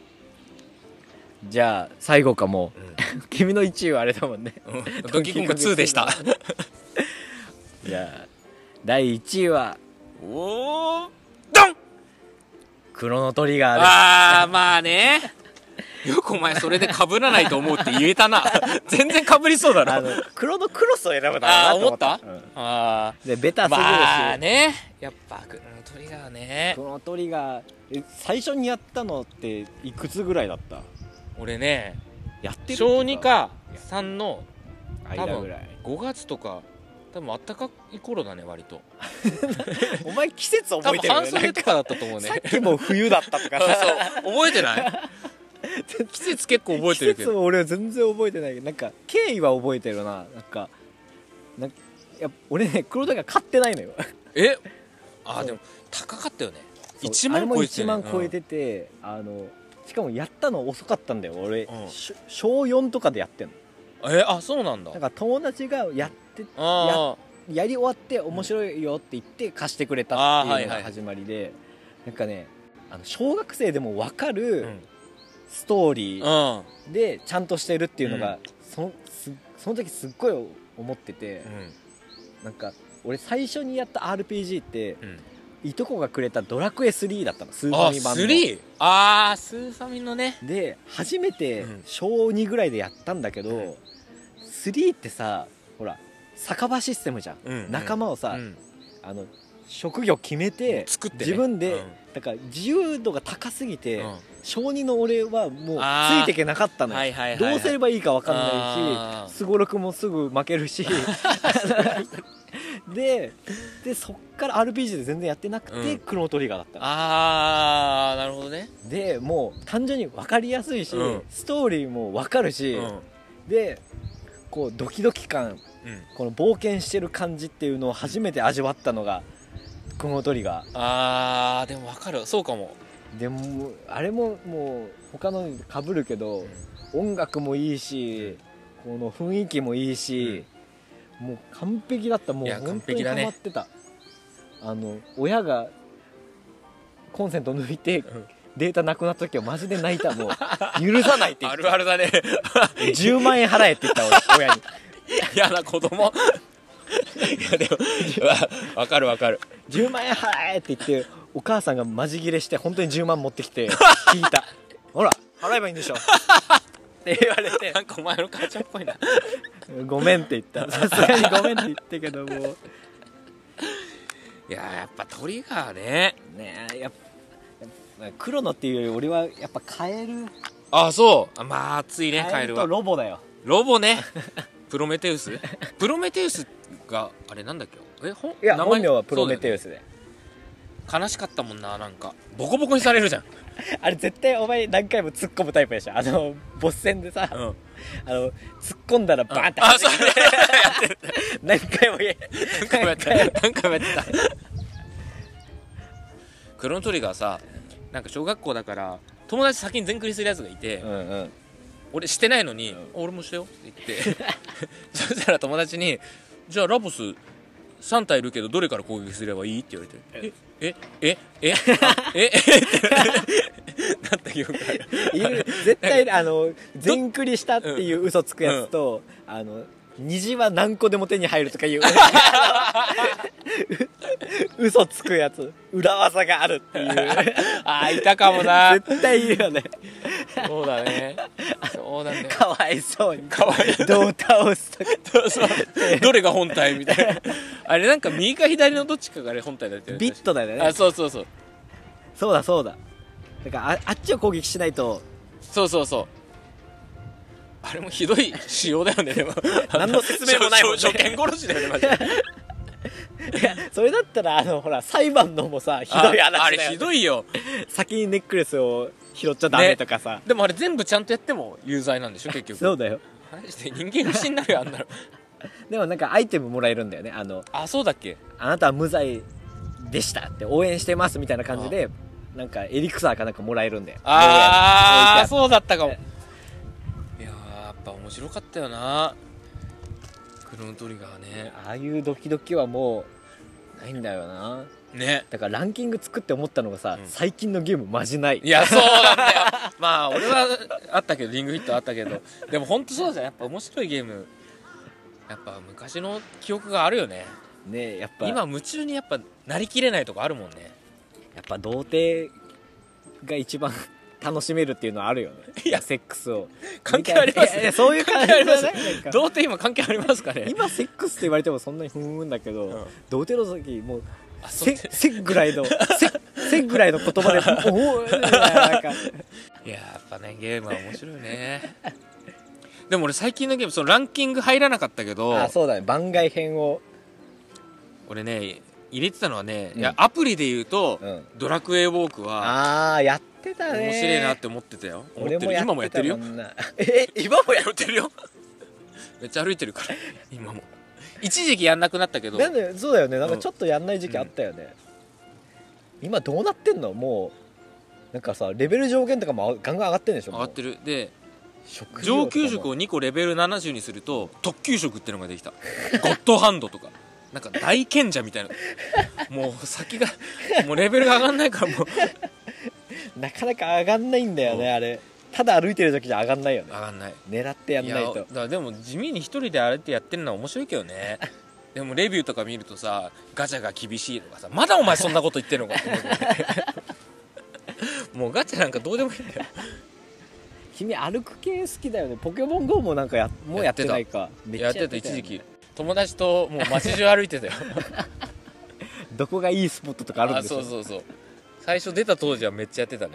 S2: じゃあ最後かも
S1: うん
S2: う 君の1位はあれだもんね
S1: うんドンキーコング2でした
S2: じゃあ第1位は
S1: おおドン
S2: クロノトリガーです
S1: ああまあねよくお前それで被らないと思うって言えたな 全然被りそうだな
S2: あの黒のクロスを選ぶだろうな
S1: ああー
S2: と
S1: 思った、
S2: うん
S1: あ
S2: でベタ
S1: あ
S2: すぎるし、
S1: まあねやっぱクロノトリガーね
S2: クロノトリガーえ最初にやったのっていくつぐらいだった
S1: 俺ね
S2: やってる
S1: 小2か3の
S2: 間ぐらい
S1: 5月とか多分あったかい頃だね割と
S2: お前季節
S1: 多
S2: 覚え
S1: 分
S2: てるよ
S1: 半
S2: ね
S1: 袖とかだったと思うね
S2: さっきも冬だったと か
S1: そう
S2: さ
S1: そう覚えてない 季節結構覚えてるけ
S2: 季節
S1: ど
S2: も俺は全然覚えてないけどなんか経緯は覚えてるななんかなんかいや俺ね黒田が買ってない のよ
S1: えあ
S2: そう
S1: でも高かったよね
S2: そう
S1: 1
S2: あれ
S1: 万
S2: も
S1: 超えてたよね
S2: 1万超えてて、あのしかもやったの遅かったんだよ俺、
S1: うん
S2: し小4とかでやってんの
S1: うんえあそうなんだ
S2: なんか友達がやって
S1: あ
S2: やり終わって面白いよって言って貸してくれたっていうの
S1: あーはいはい
S2: が始まりで、なんかねあの小学生でも分か
S1: あう
S2: る
S1: ん
S2: ストーリー
S1: うん
S2: でちゃんとしてるっていうの
S1: う
S2: が、そのすその時すっごい思ってて、なんか俺最初にやった RPG って
S1: うん
S2: いとこがくれた「ドラクエ3」だったのスーフ
S1: あ
S2: ァミ版の。
S1: 3あースーファミのね
S2: で初めて
S1: うん
S2: 小2ぐらいでやったんだけど、
S1: うん
S2: 3ってさほら酒場システムじゃん、
S1: うん
S2: 仲間をさ、
S1: うん
S2: あの職業決めて
S1: 作ってね
S2: 自分で、
S1: うん
S2: だから自由度が高すぎて、
S1: うん
S2: 小2の俺はもうつ
S1: あー
S2: いてけなかったのよ、
S1: はいはいはい
S2: どうすればいいか分かん
S1: あ
S2: ない
S1: ー
S2: しすごろくもすぐ負け るしででそっから RPG で全然やってなくて、
S1: うん
S2: クロノトリガーだったの
S1: ああなるほどね
S2: でもう単純に分かりやすいし、
S1: うん
S2: ストーリーも分かるし、
S1: うん
S2: でこうドキドキ感
S1: うん
S2: この冒険してる感じっていうのを初めて味わったのがこのトリガ
S1: あーでも分かるそうかも
S2: ーでもあれももう他のにかぶるけど、
S1: う
S2: 音楽もいいし、この雰囲気もいいし、もう完璧だった
S1: い
S2: も
S1: うや
S2: 本
S1: 完
S2: 当に
S1: 璧だ
S2: ハ
S1: ね
S2: マってた、あの親がコンセント抜いて
S1: ん
S2: データなくなった時はマジで泣いた もう許さないって言っ
S1: あ
S2: て
S1: るあるだね
S2: 10万円払えって言った俺 親に
S1: 嫌な子供いやでもわ分かる分かる
S2: 10万円払えって言ってお母さんがマジ切れして本当に10万持ってきて 引いたほら払えばいいんでしょって言われて
S1: なんかお前の母ちゃんっぽいな
S2: ごめんって言った さすがにごめんって言ったけども
S1: いやーやっぱトリガーね
S2: ねえやっぱ黒のっていうより俺はやっぱカエル
S1: あそうあまあ熱いね
S2: カ
S1: カ
S2: エ
S1: エル
S2: ルと
S1: は
S2: ロボだよ
S1: ロボ ねプロメテウスプロメテウスがあれなんだっけえほん
S2: いや
S1: 名
S2: 本
S1: 前
S2: 名はプロメテ
S1: ウ
S2: ウスで、
S1: 悲しかったもんななんかボコボコにされるじゃん、
S2: あれ絶対お前何回も突っ込むタイプでしょあのボス戦でさ、
S1: うん、あ
S2: あの突っ込んだらバーンって
S1: そうね
S2: 何回も言え
S1: 何回もやった何回もやってたクロノトリガーさなんか小学校だから友達先に全クリするやつがいて、
S2: うんうん
S1: 俺してないのに、俺もしたよって言ってそしたら友達に「じゃあラボス3体いるけどどれから攻撃すればいい?」って言われて「ええええあええってなった記憶がある
S2: いる絶対あの全クリしたっていう嘘つくやつと、あの虹は何個でも手に入るとかいう 嘘つくやつ裏技があるってい う
S1: あーいたかもな
S2: 絶対いるよね
S1: そうだねそうなんだよ
S2: かわいそうに
S1: かわいい
S2: どう倒すとか
S1: どれが本体みたいなあれなんか右か左のどっちかがあれ本体だったよね
S2: ビットだよね
S1: あそうそうそう
S2: そうだそうだだからああっちを攻撃しないと
S1: そうそうそうあれもひどい仕様だよねでも
S2: 何の説明もないもんね
S1: 初 見殺しだよねマジで
S2: いやそれだったらあのほら裁判のもさ ひどい話だよ
S1: ああれひどいよ
S2: 先にネックレスを拾っちゃダメとかさ、
S1: でもあれ全部ちゃんとやっても有罪なんでし ょ結局
S2: そうだよ
S1: マジで人間不信になるよあ んなの
S2: でもなんかアイテムもらえるんだよねあの
S1: あそうだっけ
S2: あなたは無罪でしたって応援してますみたいな感じでなんかエリクサーかなんかもらえるんだよ
S1: ああ
S2: そう
S1: そうだったかもいやーやっぱ面白かったよなクロノトリガーね
S2: ああいうドキドキはもうないんだよな
S1: ね
S2: だからランキング作って思ったのがさ、
S1: うん
S2: 最近のゲームマジない
S1: いやそうなんだよ まあ俺はあったけどリングフィットあったけどでも本当そうじゃんやっぱ面白いゲームやっぱ昔の記憶があるよね
S2: ねえやっぱ
S1: 今夢中にやっぱなりきれないとこあるもん ね
S2: やっぱ童貞が一番 楽しめるっていうのはあるよね
S1: いや
S2: セックスを
S1: 関係ありま
S2: い
S1: す
S2: やいやそういう感じじゃないなんか
S1: 童貞今関係ありますかね
S2: 今セックスって言われてもそんなにふんふんだけど、
S1: ん
S2: 童貞の時もう
S1: あそう
S2: せせぐらいのせせぐらいの言 葉でおおみたいななんか
S1: いややっぱねゲームは面白いね でも俺最近のゲームそのランキング入らなかったけど
S2: あそうだね番外編を
S1: 俺ね入れてたのはね、
S2: うん
S1: いやアプリで言うと、
S2: うん
S1: ドラクエウォークは
S2: ああやってたね
S1: 面白いなって思ってたよ思って
S2: 俺
S1: る
S2: もや
S1: 今もや
S2: っ
S1: って
S2: た
S1: てる
S2: も
S1: よ
S2: んなえ今もや
S1: やってるよ めっちゃ歩いてるから今も一時期やんなくなったけど
S2: なんでそうだよねなんかちょっとやんない時期あったよね、今どうなってんのもうなんかさレベル上限とかもガンガン上がってんでしょ
S1: 上がって
S2: る
S1: るで上級職を2個レベル70にすると特級職ってのができたゴッドハンドとかなんか大賢者みたいなもう先がもうレベルが上がんないからもう
S2: なかなか上がんないんだよね
S1: うん
S2: あれただ歩いてる時じゃ上がんないよね
S1: 上がんない
S2: 狙ってやんない
S1: やだ
S2: と
S1: からでも地味に一人であれってやってるのは面白いけどねでもレビューとか見るとさガチャが厳しいとかさまだお前そんなこと言ってんのかって思うけ どねもうガチャなんかどうでもいいんだよ
S2: 君歩く系好きだよねポケモン GO もなんかやもうやってないかめ
S1: やっ
S2: ち
S1: て
S2: ゃ
S1: た
S2: よ
S1: 一
S2: ね
S1: 時期友達ともう街中歩い てたよ
S2: どこがいいスポットとかあるん
S1: あ
S2: ですよ
S1: そうそうそう最初出た当時はめっちゃやって たね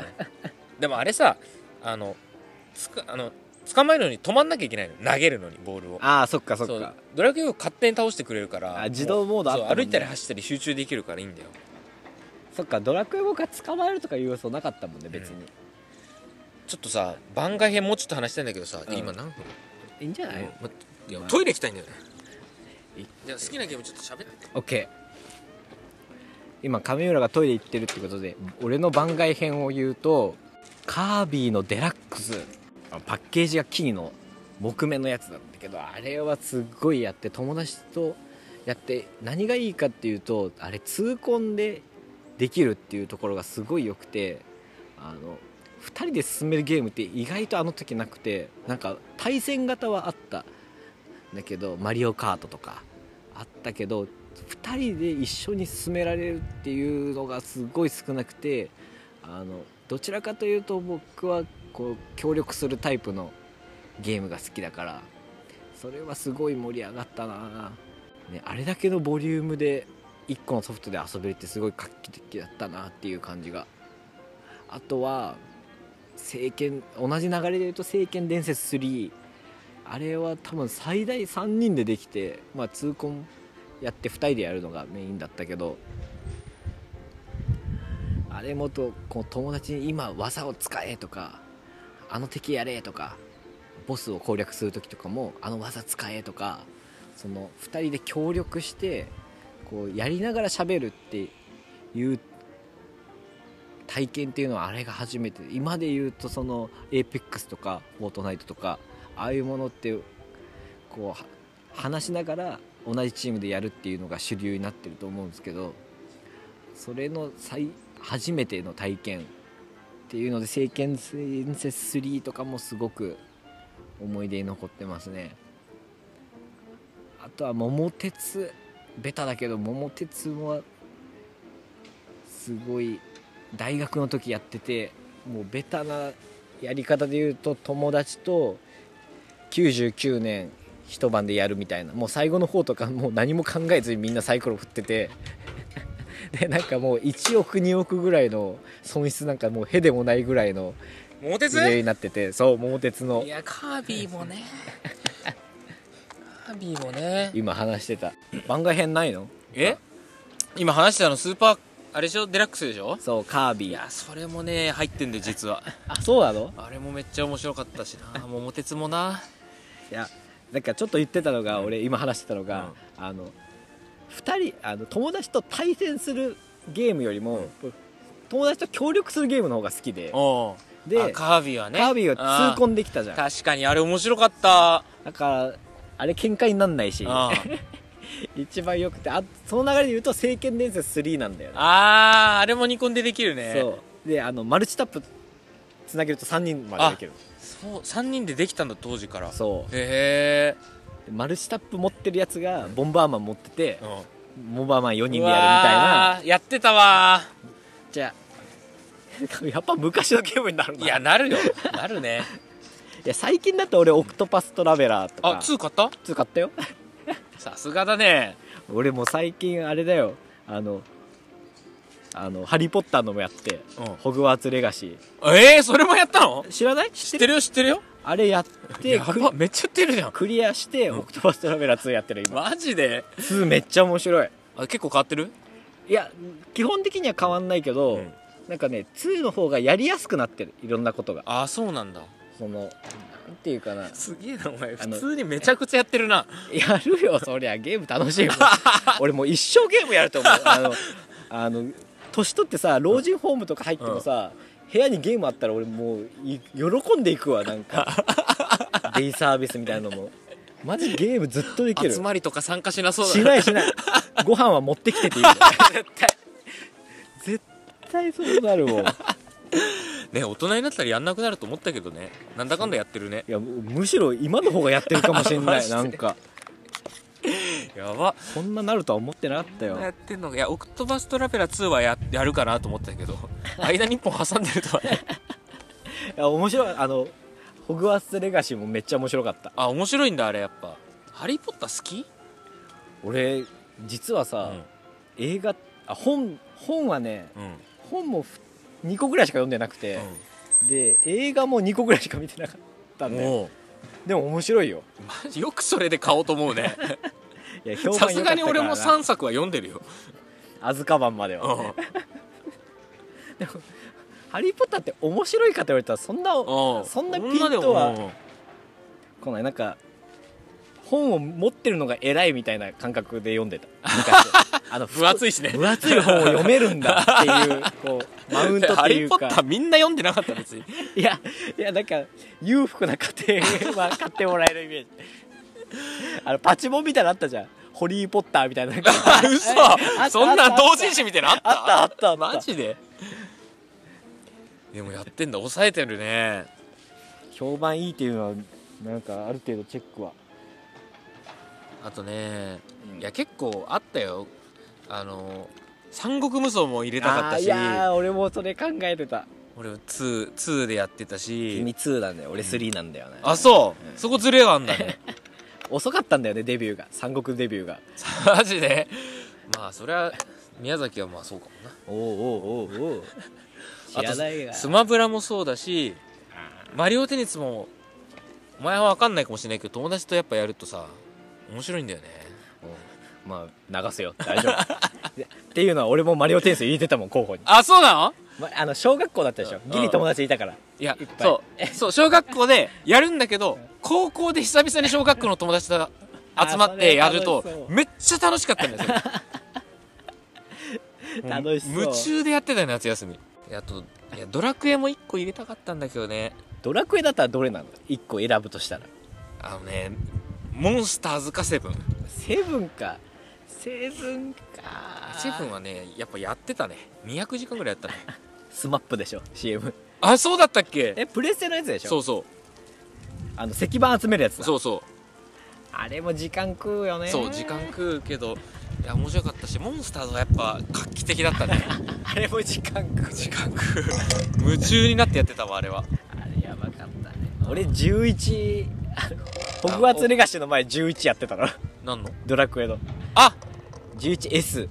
S1: でもあれさあのつかあの捕まえるのに止まんなきゃいけないの投げるのにボールを
S2: ああそっかそっ
S1: そう
S2: か
S1: ドラクエを勝手に倒してくれるから
S2: あ自動モードあったもんね
S1: そう歩いたり走ったり集中できるからいいんだよ
S2: そっかドラクエ僕は捕まえるとかいう要素なかったもんね別に、
S1: ちょっとさ番外編もうちょっと話したいんだけどさ、
S2: うん
S1: 今何分、
S2: いいんじゃない、
S1: もうまいや
S2: まあ
S1: トイレ行きたいんだよね
S2: い
S1: じゃあ好きなゲームちょっと喋って
S2: OK 今上浦がトイレ行ってるってことで俺の番外編を言うとカービィのデラックスあパッケージがキーの木目のやつなんだけどあれはすっごいやって友達とやって何がいいかっていうとあれ痛恨でできるっていうところがすごい良くてあの2人で進めるゲームって意外とあの時なくてなんか対戦型はあったんだけど「マリオカート」とかあったけど2人で一緒に進められるっていうのがすごい少なくてあのどちらかというと僕はこう協力するタイプのゲームが好きだからそれはすごい盛り上がったな、ね、あれだけのボリュームで1個のソフトで遊べるってすごい画期的だったなっていう感じがあとは聖剣同じ流れで言うと「聖剣伝説3」あれは多分最大3人でできて、まあ、痛恨やって2人でやるのがメインだったけどあれもとこう友達に今技を使えとかあの敵やれとかボスを攻略する時とかもあの技使えとかその2人で協力してこうやりながら喋るっていう体験っていうのはあれが初めて今で言うとその APEX とか「フォートナイト」とかああいうものってこうは話しながら同じチームでやるっていうのが主流になってると思うんですけどそれの最初めての体験っていうので「聖剣伝説3」とかもすごく思い出に残ってますねあとは「桃鉄」ベタだけど「桃鉄」はすごい大学の時やっててもうベタなやり方で言うと友達と99年一晩でやるみたいなもう最後の方とかもう何も考えずにみんなサイコロ振ってて でなんかもう1億2億ぐらいの損失なんかもうへでもないぐらいの
S1: 桃鉄
S2: 腕になっててそう桃鉄の
S1: いやカービィも ねカービィもね
S2: 今話してた番外編ないの
S1: え今話したのスーパーあれでしょデラックスでしょ
S2: そうカービ
S1: い
S2: ィ
S1: やそれもね入ってんだよ実 は
S2: あそうなの
S1: あれもめっちゃ面白かったしな桃鉄もない
S2: やなんかちょっと言ってたのが、俺今話してたのが、あの2人あの友達と対戦するゲームよりも、友達と協力するゲームの方が好きで
S1: おう
S2: で
S1: あカービィはね
S2: カービィが痛
S1: 恨
S2: 恨できたじゃん
S1: 確かにあれ面白かった
S2: だからあれ喧嘩になんないし
S1: あ
S2: 一番よくてあその流れで言うと「聖剣伝説3」なんだよね
S1: あーあれもニコンでできるね
S2: そうであのマルチタップつなげると3人までできる
S1: そう3人でできたんだ当時からへ
S2: そ
S1: え
S2: うでマルチタップ持ってるやつがボンバーマン持ってて
S1: うん
S2: ボンバーマン4人でやるみたい
S1: う
S2: な
S1: わーやってたわ
S2: じゃあ やっぱ昔のゲームになる
S1: ー
S2: ない
S1: やなるよなる ね
S2: いや最近だと俺オクトパストラベラーと
S1: あ
S2: か
S1: 2買った
S2: 2買ったよ
S1: さすがだね
S2: 俺もう最近あれだよあのあの「ハリー・ポッター」のもやって、
S1: うん
S2: ホグワーツ・レガシ
S1: えー、それもやったの
S2: ー知らない知
S1: 知ってるよ知ってるよ
S2: あれやっ
S1: や
S2: てク
S1: ばめっちゃやってるじゃん
S2: クリアして、オクトパストラベラー2やってる今
S1: マジで
S2: 2めっちゃ面白い
S1: あ結構変わってる
S2: いや基本的には変わんないけど、
S1: うん
S2: なんかね2の方がやりやすくなってるいろんなことが
S1: ああそうなんだ
S2: そのなんていうかな
S1: すげえなお前
S2: あ
S1: 普
S2: の
S1: 通にめちゃくちゃやってるな
S2: やるよそりゃゲーム楽し いもん俺もう一生ゲームやると思うあのあの年取ってさ老人ホームとか入ってもさ、部屋にゲームあったら俺もうい喜んでいくわなんかデイサービスみたいなのもマジゲームずっとできる
S1: 集まりとか参加しなそうだ
S2: しないしないご飯は持ってきてていいよ
S1: 絶対
S2: 絶対そうなるもんい
S1: ね大人になったらやんなくなると思ったけどねなんだかんだやってるね
S2: やむしろ今の方がやってるかもし れ
S1: マ
S2: な
S1: ジ
S2: い
S1: で
S2: なんか
S1: やば
S2: こんななるとは思ってなかったよ
S1: やってんのかいやオクトバストラベラ2はややるかなと思った けど間に1本挟んでるとはね
S2: いや面白いあのホグワーツレガシーもめっちゃ面白かった
S1: あ面白いんだあれやっぱ「ハリー・ポッター」好き
S2: 俺実はさ、
S1: うん
S2: 映画あ本本はね
S1: うん、うん、
S2: 本もふ2個ぐらいしか読んでなくて、で映画も2個ぐらいしか見てなかったんだよ
S1: も
S2: でも面白いよ
S1: うマジよくそれで買おうと思うね
S2: いや評判
S1: さす
S2: 良
S1: が
S2: かった
S1: に
S2: か
S1: 俺
S2: ら
S1: も
S2: な
S1: 3作は読んでるよ、
S2: アズカバンまで
S1: う
S2: は、
S1: ん
S2: ハリー・ポッター」って面白いかって言われたらそんな
S1: うん、
S2: そんなピン
S1: 女でも
S2: とは
S1: うん
S2: こないなんか本を持ってるのが偉いみたいな感覚で読ん でた昔あの
S1: 分厚いしね
S2: 分厚い本を読めるんだっていうこうマウン トっ
S1: ハ
S2: て
S1: リ
S2: い
S1: ー・
S2: う
S1: ポッター
S2: か
S1: みんな読んでなかった別に
S2: いやいやなんか裕福な家庭は買ってもらえるイメージあのパチモンみたいなのあったじゃん「ホリー・ポッター」みたい ななんか
S1: 嘘そんなん同人誌みたいなのあった
S2: あったあったあった
S1: マジででもやってんだ抑えてるね
S2: 評判いいっていうのはなんかある程度チェックは
S1: あとね
S2: うん
S1: いや結構あったよあの三国無双も入れたかっ
S2: あ
S1: た
S2: ーい
S1: し
S2: やー俺もそれ考えてた
S1: 俺は 2, 2でやってたし
S2: 2なんだよ俺3なんだよね
S1: あそう、そこずれがあんだね
S2: 遅かったんだよねデビューが三国デビューが
S1: マジでまあそりゃ宮崎はまあそうかもな
S2: おうおうおうおう 知らないが
S1: スマブラもそうだしマリオテニスもお前は分かんないかもしれないけど友達とやっぱやるとさ面白いんだよね
S2: うんまあ流すよ大丈夫でっていうのは俺もマリオテニス入れてたもん候補に、
S1: あそうなの
S2: まあの小学校だったでしょ
S1: うん
S2: ギリ友達いたから
S1: いや
S2: いっぱい
S1: そうそう小学校でやるんだけど高校で久々に小学校の友達と集まってやる
S2: あそれ楽し
S1: と
S2: そう
S1: めっちゃ楽しかったんですよ
S2: 楽しそう
S1: 夢中でやってたよ夏休みいやあといやドラクエも1個入れたかったんだけどね
S2: ドラクエだったらどれなの1個選ぶとしたら
S1: あのねモンスターズかセブン
S2: セブンかセブンか
S1: セブンはねやっぱやってたね200時間ぐらいやったね
S2: スマップでしょ CM
S1: あそうだったっけ
S2: えプレステのやつでしょ
S1: そうそ
S2: あの石板集めるやつ
S1: う
S2: だ
S1: そうそ
S2: あれも時間食うよ
S1: う
S2: ね
S1: そう時間食うけどいや面白かったしモンスターズはやっぱ画期的だった ね
S2: あれも時間食う
S1: 時間食う夢中になってやってたわあれは
S2: あれやばかったね俺11あのホグワーツレガシーの前11やってたの
S1: 何の
S2: ドラクエの
S1: あ
S2: 11S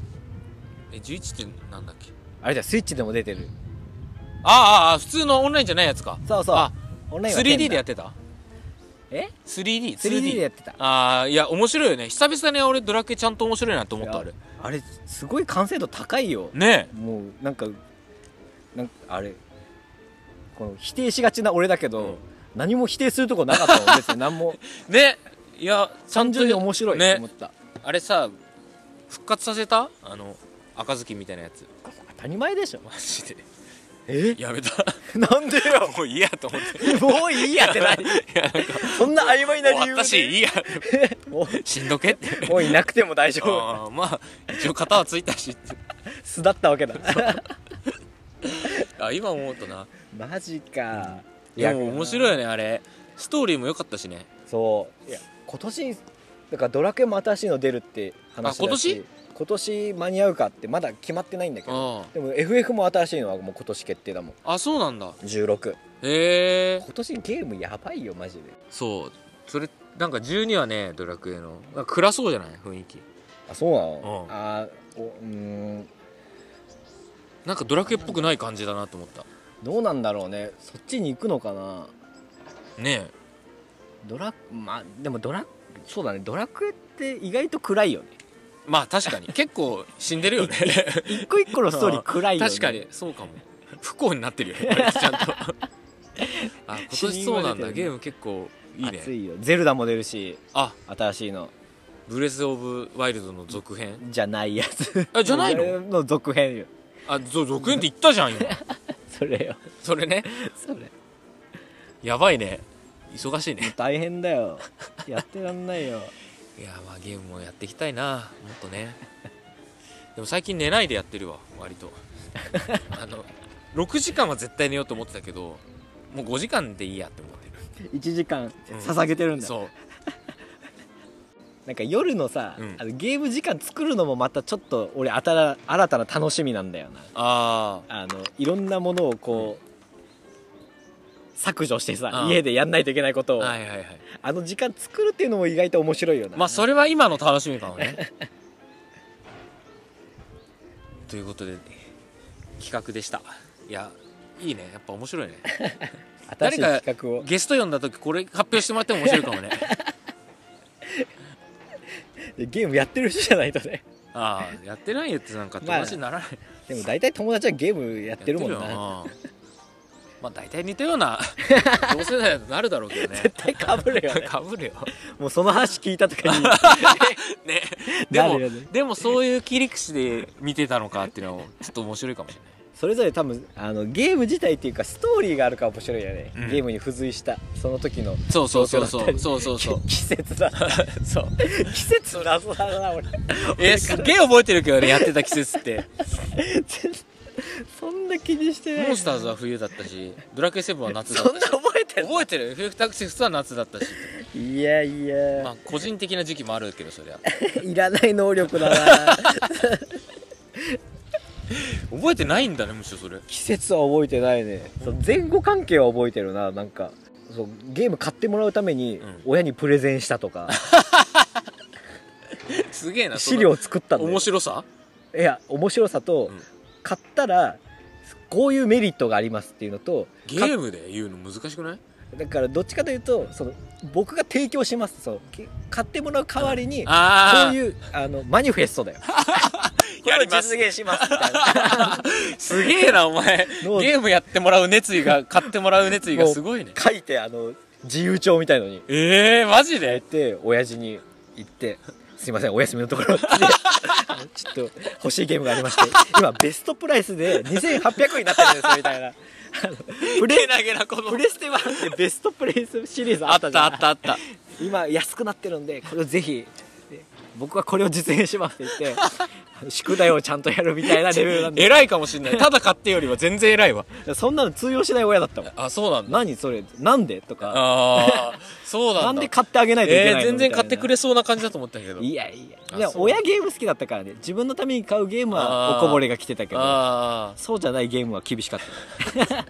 S1: え11ってなんだっけ
S2: あれじゃスイッチでも出てる
S1: あああ普通のオンラインじゃないやつか
S2: そうそう
S1: あ
S2: オンラインは出んだ
S1: 3D でやってた
S2: え
S1: 3D
S2: 3D でやってた
S1: ああいや面白いよね久々に俺ドラクエちゃんと面白いなと思ったあ
S2: い
S1: れ
S2: やあれすごい完成度高いよ、
S1: ね
S2: もうなんかなんかあれこの否定しがちな俺だけど、
S1: うん
S2: 何も否定するとこなかった もん別に何も
S1: えねいやちゃん
S2: 単
S1: と
S2: 純に面白いと
S1: ね
S2: 思った、
S1: あれさ復活させたあの赤ずきんみたいなやつ
S2: 当たり前でしょ
S1: マジで
S2: え
S1: やめた
S2: なんでよ
S1: もういいやと思って
S2: もういいやって何
S1: いやなんか
S2: そんな曖昧な理
S1: 終わ
S2: 由
S1: ったしいいや
S2: で も
S1: しんどけ って
S2: うもういなくても大丈夫
S1: あーまあ一応型はついたしって
S2: 巣だったわけだ
S1: あ今思うとな
S2: マジか
S1: でも面白い
S2: い
S1: よねあれストーリーも良かったしね
S2: そういや今年だからドラクエも新しいの出るって話だし
S1: あ今年
S2: 今年間に合うかってまだ決まってないんだけど
S1: あ
S2: でも FF も新しいのはもう今年決定だもん
S1: ああそうなんだ
S2: 16
S1: へえ
S2: 今年ゲームやばいよマジで
S1: そうそれなんか12はねドラクエのなんか暗そうじゃない雰囲気
S2: あそうなの、
S1: うん
S2: あーおうーん
S1: なんかドラクエっぽくない感じだなと思った
S2: どうなんだろうねそっちに行くのかな
S1: ね
S2: ドラまあでもドラそうだねドラクエって意外と暗いよね
S1: えまあ確か に結構死んでるよね
S2: 一個一個のストーリー暗いよね
S1: 確かにそうかも不幸になってるよやっぱり ちゃんとあ今年そうなんだ、
S2: 死人は出てるね
S1: ゲーム結構いい
S2: 熱
S1: ね
S2: いよゼルダも出るし
S1: あ
S2: 新しいの
S1: ブレス・オブ・ワイルドの続編
S2: じゃないやつ
S1: あじゃないの
S2: それの続編よ
S1: あぞ続編って言ったじゃん今
S2: それよ
S1: それね
S2: それ
S1: やばいね忙しいね
S2: 大変だよやってらん ないよ
S1: いやまあゲームもやっていきたいなもっとねでも最近寝ないでやってるわ割 とあの6時間は絶対寝ようと思ってたけどもう5時間でいいやって思ってる
S2: 1時間
S1: うん
S2: 捧げてるんだ、
S1: そう
S2: なんか夜のさ、
S1: うん
S2: あのゲーム時間作るのもまたちょっと俺新た新たな楽しみなんだよな
S1: あ
S2: あのいろんなものをこう、削除してさ
S1: うん
S2: 家でやんないといけないこと
S1: あ
S2: を、
S1: はいはいはい
S2: あの時間作るっていうのも意外と面白いよな
S1: まあそれは今の楽しみかもねということで企画でしたいやいいねやっぱ面白いね
S2: 新しい
S1: 誰か
S2: 企画を
S1: ゲスト呼んだ時これ発表してもらっても面白いかもね
S2: でゲームやってる人じゃないとね
S1: ああやってないやつなんか友達にならない、
S2: でも大体友達はゲームやってるもんな
S1: やってるよなまあ大体似たような同世代になるだろうけどね
S2: 絶対かぶ るよね
S1: かぶるよ
S2: もうその話聞いたとか に
S1: ねでも、
S2: なるよね
S1: でもそういう切り口で見てたのかっていうのはちょっと面白いかもしれない
S2: それぞれ多分あのゲーム自体っていうかストーリーがあるから面白いよね、
S1: うん
S2: ゲームに付随したその時の
S1: そうそうそうそ
S2: 状況だっ
S1: う
S2: たり
S1: そうそうそう
S2: き季節だ そう季節謎だな俺
S1: えすっげえ覚えてるけどねやってた季節って
S2: 全然そんな気にしてない
S1: モンスターズは冬だったしドラクエ7は夏だっ
S2: そん
S1: た
S2: な
S1: し
S2: 覚えてる
S1: 覚えてる FF タクシスは夏だったし、
S2: いやいや、
S1: まあ、個人的な時期もあるけどそりゃ
S2: いらない能力だ な
S1: 覚えてないんだねむしろそれ
S2: 季節は覚えてないねそう前後関係は覚えてるななんかそうゲーム買ってもらうために
S1: うん
S2: 親にプレゼンしたと か、
S1: すげえなそ
S2: 資
S1: の
S2: 料を作ったんだよ
S1: 面白さ
S2: いや面白さと、
S1: うん
S2: 買ったらこういうメリットがありますっていうのと
S1: ゲームで言うの難しくない
S2: だからどっちかというとその僕が提供しますそうけ買ってもらう代わりに、こ
S1: ああ
S2: ういうあのマニフェスト だよこれを実現しますみたい
S1: すげえなお前
S2: のを
S1: ゲームやってもらう熱意が買ってもらう熱意がすごいね
S2: な書いてあの自由帳みたいのに
S1: ええー、マジで
S2: で親父に行って「すいませんお休みのところ」って あのちょっと欲しいゲームがありまして今ベストプライスで2800になってるんですよみたいなあのプレ
S1: けなげなこ
S2: プ
S1: の
S2: レステ1ってベストプレイスシリーズあ
S1: あっ
S2: ったじゃ
S1: たあ
S2: ん
S1: ったあった
S2: 今安くなってるんでこれをぜひで僕はこれを実現しますって言って あの宿題をちゃんとやるみたいなレベルなんで
S1: 偉いかもしんないただ買ってよりは全然偉いわ
S2: そんなの通用しない親だったもん
S1: あそうなんだ
S2: 何それなんでとか
S1: ああそうなん
S2: な
S1: だ
S2: んで買ってあげないといけない
S1: え
S2: の
S1: ー、全然買って
S2: みたいな
S1: くれそうな感じだと思ったけど
S2: いやいや
S1: あ
S2: いや
S1: そう
S2: 親ゲーム好きだったからね自分のために買うゲームは
S1: あー
S2: おこぼれが来てたけど
S1: ああ
S2: そうじゃないゲームは厳しかった だか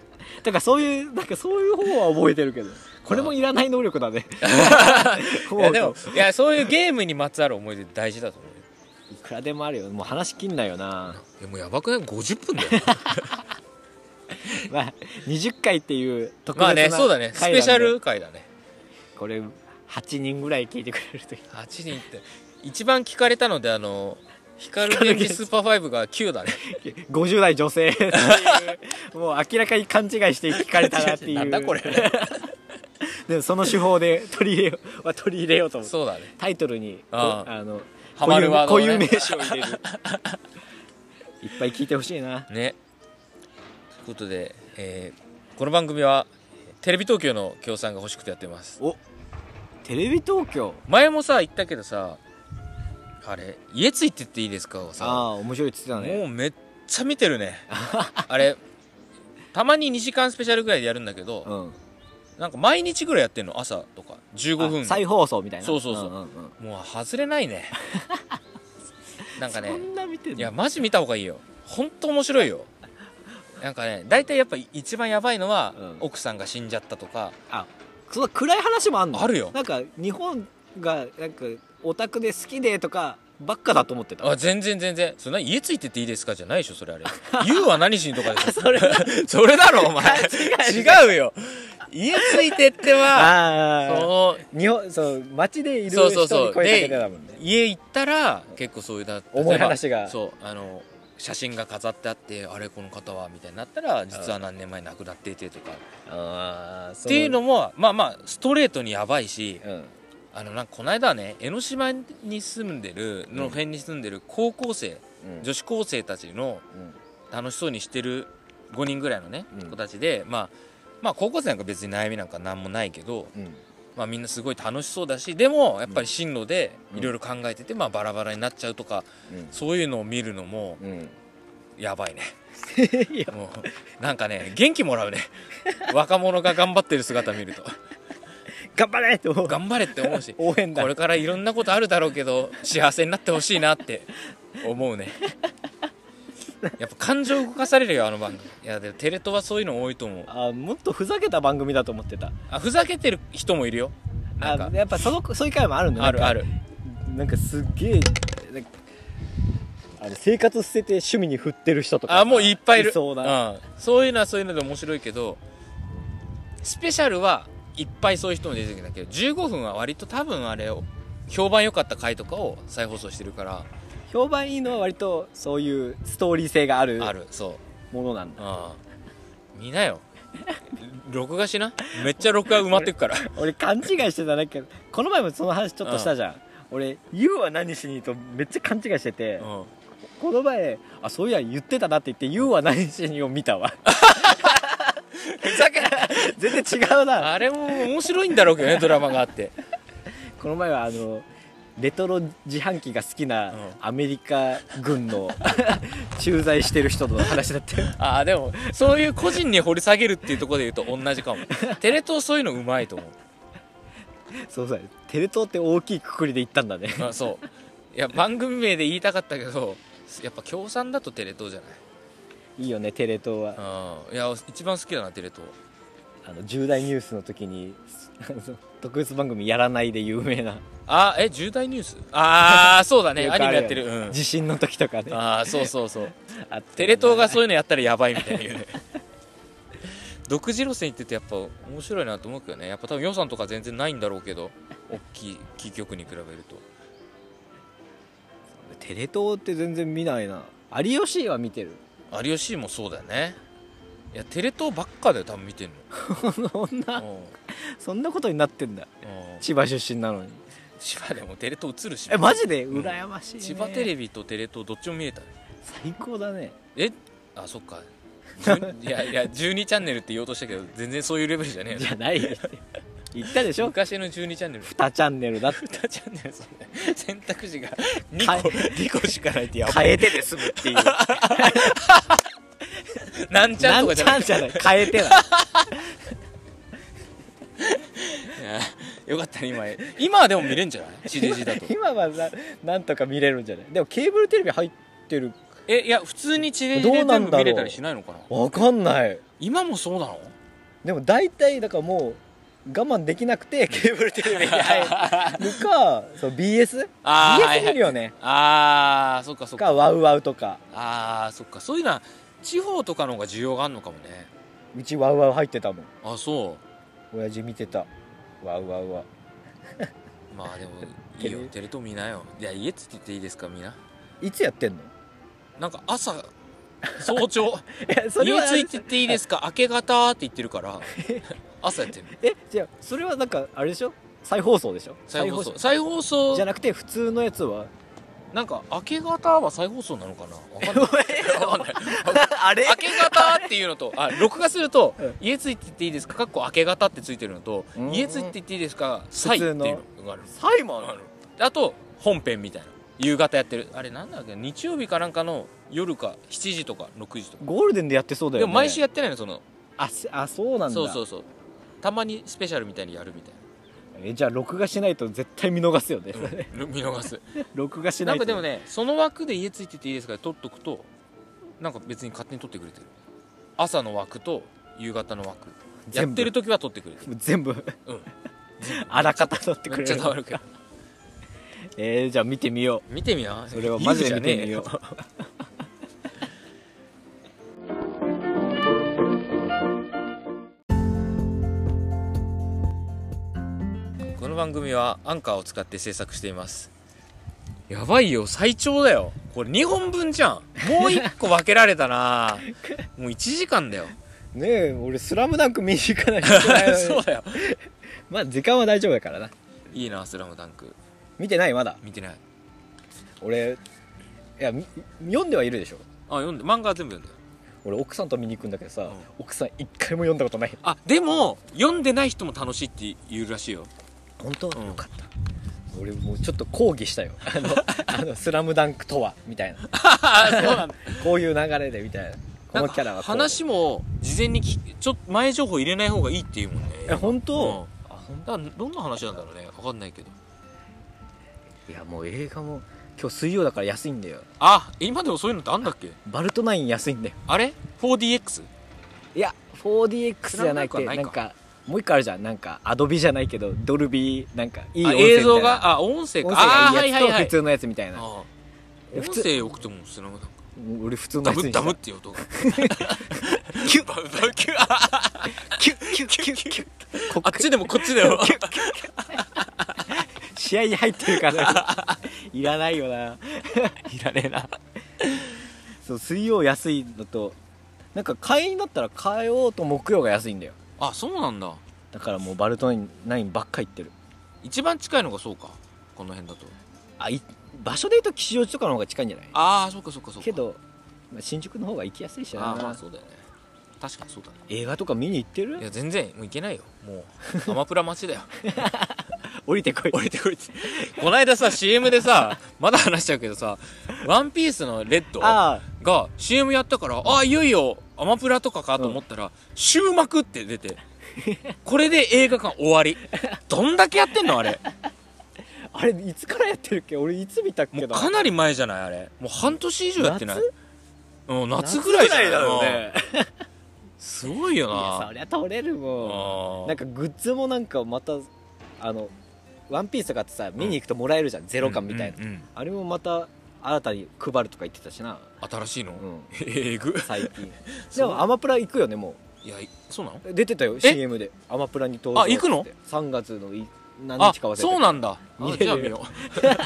S2: らそういうなんかそういう方は覚えてるけどこれもいらない能力だね
S1: いやでもいやそういうゲームにまつわる思い出大事だと思うよ
S2: いくらでもあるよもう話切んないよな、
S1: いやもうやばくない50分だよ
S2: まあ、20回っていう特別な
S1: まあねそうだねス
S2: 回
S1: ペ
S2: なんで
S1: シャル回だね
S2: これ8人ぐらい聞いてくれるといい
S1: 8人って一番聞かれたのであの光源氏スーパーファイブが9だね
S2: 50代 女性っていうもう明らかに勘違いして聞かれた なってい う
S1: なんだこれ
S2: でもその手法で取り入れようは取り入れようと思って
S1: そうだね
S2: タイトルにこ
S1: あ
S2: あの
S1: ハマるワード
S2: 固
S1: をね
S2: 有固有名詞を入れるいっぱい聞いてほしいな
S1: ねということで、えーこの番組はテレビ東京の協賛が欲しくてやってます
S2: おテレビ東京
S1: 前もさ言ったけどさあれ「家ついてっていいですか?」を
S2: あ
S1: さ
S2: あ面白いって言ってた
S1: も
S2: ね
S1: うめっちゃ見てる ねあれたまに2時間スペシャルぐらいでやるんだけど、
S2: うん
S1: なんか毎日ぐらいやってんの朝とか15分
S2: あ再放送みたいな
S1: そうそうそうん
S2: んん
S1: もう外れ ないねなんかね
S2: そんな見てん
S1: いや
S2: の
S1: マジ見た方がいいよ本当面白いよなんかね大体やっぱ一番やばいのは、
S2: うん
S1: 奥さんが死んじゃったとか
S2: あその暗い話もあんの
S1: あるよ
S2: なんか日本がなんかオタクで好きでとかばっかだと思ってた
S1: あ全然全然そんな家ついてっていいですかじゃないでしょそれあ れ「言うは何しに」とか でしょ それだろお前違うよ家ついてっては
S2: あ
S1: そ
S2: あ日本そう街でいる
S1: そ
S2: 人
S1: うそう
S2: に
S1: そう
S2: 声かけてたもんね
S1: う家行ったら結構そういうだ
S2: 重い話が
S1: そうあの写真が飾ってあってあれこの方はみたいになったら実は何年前亡くなっていてとか
S2: あっ
S1: っていうのもまあまあストレートにやばいし
S2: うん
S1: あのなんかこの間はね江ノ島に住んでるの辺に住んでる高校生、
S2: うん
S1: 女子高生たちの
S2: うん
S1: 楽しそうにしてる5人ぐらいのね、
S2: うん
S1: 子たちで、まあ、まあ高校生なんか別に悩みなんか何もないけど、
S2: うん
S1: まあ、みんなすごい楽しそうだしでもやっぱり進路でいろいろ考えてて、まあ、バラバラになっちゃうとかそういうのを見るのも
S2: うんうん
S1: やばいね。
S2: いや
S1: もうなんかね元気もらうね 若者が頑張ってる姿見ると
S2: 頑張れって思う
S1: 頑張れって思うし
S2: 応援だ
S1: これからいろんなことあるだろうけど幸せになってほしいなって思うねやっぱ感情動かされるよあの番組いやでもテレ東はそういうの多いと思う
S2: あもっとふざけた番組だと思ってた
S1: あふざけてる人もいるよなんか
S2: あやっぱそのそういう回もあるんだ
S1: あるあ
S2: る
S1: る
S2: なんかすっげえなんかあの生活捨てて趣味に振ってる人とか
S1: あもういっぱいいる
S2: そうな、
S1: うん、そういうのはそういうので面白いけどスペシャルはいっぱいそういう人も出てくるんだけど15分は割と多分あれを評判良かった回とかを再放送してるから
S2: 評判いいのは割とそういうストーリー性がある
S1: あるそ
S2: ものなん
S1: う
S2: だ
S1: うん見なよ 録画しなめっちゃ録画埋まってくから
S2: 俺勘違いしてたんだけどこの前もその話ちょっとしたじゃん、俺「YOU は何しに」とめっちゃ勘違いしてて、
S1: うん
S2: この前あそういや言ってたなって言って「YOU は何しに」を見たわ
S1: ふざけんな
S2: 全然違うな
S1: あれも面白いんだろうけどねドラマがあって
S2: この前はあのレトロ自販機が好きな
S1: うん
S2: アメリカ 軍の駐在してる人の話だったよ
S1: ああでもそういう個人に掘り下げるっていうところで言うと同じかもテレ東そういうのうまいと思う
S2: そうだよテレ東って大きいくくりで行ったんだね
S1: まあそういや番組名で言いたかったけどやっぱ共産だとテレ東じゃ
S2: いいよねテレ東は
S1: ないうんいや一番好きだなテレ東
S2: あの重大ニュースの時に あの特別番組やらないで有名な
S1: あえ重大ニュース ああそうだね
S2: よく
S1: ア
S2: あ
S1: ニ
S2: よ
S1: メやってるうん
S2: 地震の時と かね
S1: ああそうそうそう
S2: あった
S1: テレ東が
S2: ね
S1: そういうのやったらやばいみたいな言うね独自路線行っててやっぱ面白いなと思うけどねやっぱ多分予算とか全然ないんだろうけど大きいキー局に比べると
S2: テレ東って全然見ないな有吉は見てる
S1: 有吉もそうだよねいやテレ東ばっかだよ多分見てん
S2: そんな
S1: のうん
S2: そんなことになってんだ
S1: うん
S2: 千葉出身なのに
S1: 千葉でもテレ東映るし
S2: えマジで
S1: うん
S2: 羨ましい、ね
S1: 千葉テレビとテレ東どっちも見えたね
S2: 最高だね
S1: えあそっか10 いやいや12チャンネルって言おうとしたけど全然そういうレベルじゃねえ
S2: じ
S1: よ
S2: ゃ ないよ言ったでしょ
S1: 昔の12チャンネル
S2: 2チャンネルだって
S1: 2チャンネルそれ選択肢が2個2個しかないってやばい
S2: 変えてで済むっていう
S1: 何 ちゃん
S2: 何
S1: とか
S2: チ
S1: じゃな
S2: ャ
S1: い
S2: ンじゃない変えてない
S1: いやよかったね今今はでも見れんじゃない地デジだと
S2: 今はななんとか見れるんじゃないでもケーブルテレビ入ってる
S1: えいや普通に地デジで
S2: どうな
S1: 全
S2: ん
S1: 部
S2: だろう
S1: 見れたりしないのかな
S2: わかんない
S1: 今もそうなの
S2: でも大体だからもう我慢できなくてケーブルテレビに 入るかそう BS?BS
S1: あーはいはい
S2: 見るよね
S1: あーそっかそっか
S2: かワウワウとか
S1: あーそっかそういうのは地方とかの方が需要があるのかもね
S2: うちワウワウ入ってたもん
S1: あそう
S2: 親父見てたワウワウは
S1: まあでもいいよテレ東見なよいや家つってていいですかみんない
S2: つやってんの
S1: なんか 朝早朝
S2: いやそれ
S1: 家
S2: は
S1: ついてていいですか明け方って言ってるから 朝やってる
S2: えじゃあそれはなんかあれでしょ再放送でしょ
S1: 再放送再放送
S2: じゃなくて普通のやつは
S1: なんか明け方は再放送なのかなわかんないわかんない
S2: あれ
S1: 明け方っていうのとあ録画すると
S2: うん
S1: 「家ついてっていいですか?」かっこ明け方ってついてるのと
S2: うん
S1: 「家ついてっていいですか?」「サイ」っていうのがある
S2: サイマ
S1: あるあと本編みたいな夕方やってるあれなんだっけ日曜日かなんかの夜か7時とか6時とか、
S2: ゴールデンでやってそうだ
S1: で
S2: よね
S1: も毎週やってないのその
S2: あしあそうなんだ
S1: そうそうそうたまにスペシャルみたいにやるみたい
S2: えじゃあ録画しないと絶対見逃すよね、
S1: な、うん見逃す
S2: 録画しな
S1: ないん
S2: と
S1: かでもねその枠で家ついてていいですか取っとくとなんか別に勝手に取ってくれてる朝の枠と夕方の枠や
S2: 全部
S1: ってる時は取ってくれてる
S2: 全部
S1: うん
S2: あらかた取ってく
S1: めっ
S2: れ
S1: ちゃ
S2: る
S1: 倒れる けど
S2: えー、じゃあ見てみよ
S1: 見てみな
S2: うそれはマジで見てみ
S1: いい
S2: よ
S1: じゃね
S2: う
S1: えよこの番組はアンカーを使って制作していますやばいよ最長だよこれ2本分じゃんもう1個分けられた なもう1時間だよ
S2: ねえ俺「スラムダンク見に行かないといけ ないのに
S1: そうだよ
S2: まあ時間は大丈夫だからない
S1: いな「スラムダンク
S2: 見てないまだ
S1: 見てない
S2: 俺いやみ読んではいるでしょ
S1: あ読んで漫画は全部読んだよ
S2: 俺奥さんと見に行くんだけどさ、
S1: うん
S2: 奥さん一回も読んだことない
S1: あでも読んでない人も楽しいって言うらしいよ
S2: 本当、
S1: うん
S2: よかった俺もうちょっと抗議したよ「あの あのスラムダンクとはみ たいな
S1: あそうなんだ
S2: こういう流れでみたいなこのキャラはこう
S1: 話も事前にきちょっと前情報入れない方がいいっていうもんね
S2: え本当、
S1: うんだからどんな話なんだろうね分かんないけど
S2: いやもう映画も今日水曜だから安いんだよ
S1: あ今でもそういうのってあんだっけ
S2: バルトナイン安いんだよ
S1: あれ 4DX
S2: いや 4DX じゃなくて
S1: スラムダンクはな
S2: ない
S1: か
S2: んかもう一個あるじゃんなんかアドビじゃないけどドルビーなんかいい
S1: あ
S2: 音声みたいな
S1: 映像があ音声か
S2: 音声が
S1: あーはい
S2: い
S1: い
S2: い
S1: は
S2: や
S1: い
S2: つと
S1: は
S2: 普
S1: い
S2: 通のやつみたいな
S1: あー
S2: 普
S1: 音
S2: 通
S1: 声よくてもスラムダンク
S2: 俺普通の
S1: ダ
S2: やつ
S1: ム
S2: に
S1: ダムっ
S2: して
S1: いう 音が
S2: キュッ
S1: ババキュあ
S2: たキュッキュッキュッキュッこ
S1: あっちでもこっちでも
S2: 試合に入ってるから いらないよない
S1: らねえな
S2: そう水曜安いのとなんか会員だったら変えようと木曜が安いんだよ
S1: あそうなんだ
S2: だからもうバルトナインばっか行ってる
S1: 一番近いのがそうかこの辺だと
S2: あい場所で言うと吉祥寺とかの方が近いんじゃない
S1: ああそうかそうかそうか
S2: けど、まあ、新宿の方が行きやすいしな
S1: ああまあそうだよね確かにそうだね
S2: 映画とか見に行って
S1: い
S2: る
S1: や全然もういけないよもうアマプラ待ちだよ
S2: 降りてこい
S1: 降りて降りてこないださ CM でさまだ話しちゃうけどさ「ワンピースのレッドが
S2: あ
S1: CM やったからああいよいよアマプラとかかと思ったら「終幕」って出てこれで映画館終わりどんだけやってんのあれ
S2: ああれいつからやってるっけ俺いつ見たっ
S1: も
S2: け
S1: う
S2: な
S1: かなり前じゃないあれもう半年以上やってない
S2: 夏
S1: うん、夏ぐらいじゃない
S2: 夏ぐだよね
S1: すごいよ
S2: いや
S1: な
S2: そりゃ取れるもん
S1: あ
S2: なんかグッズもなんかまたあのワンピースとかってさ見に行くともらえるじゃん、ゼロ感みたいな、
S1: うんうんうん
S2: あれもまた新たに配るとか言ってたしな
S1: 新しいの、
S2: うん
S1: えぐ
S2: 最 近で
S1: そう
S2: もアマプラ行くよねも
S1: いやいそうなの
S2: う出てたよ CM でアマプラに登場
S1: あ行くの
S2: って3月のい何
S1: あ
S2: 日か忘れて
S1: そうなんだあ
S2: 見れる
S1: じゃあ見よ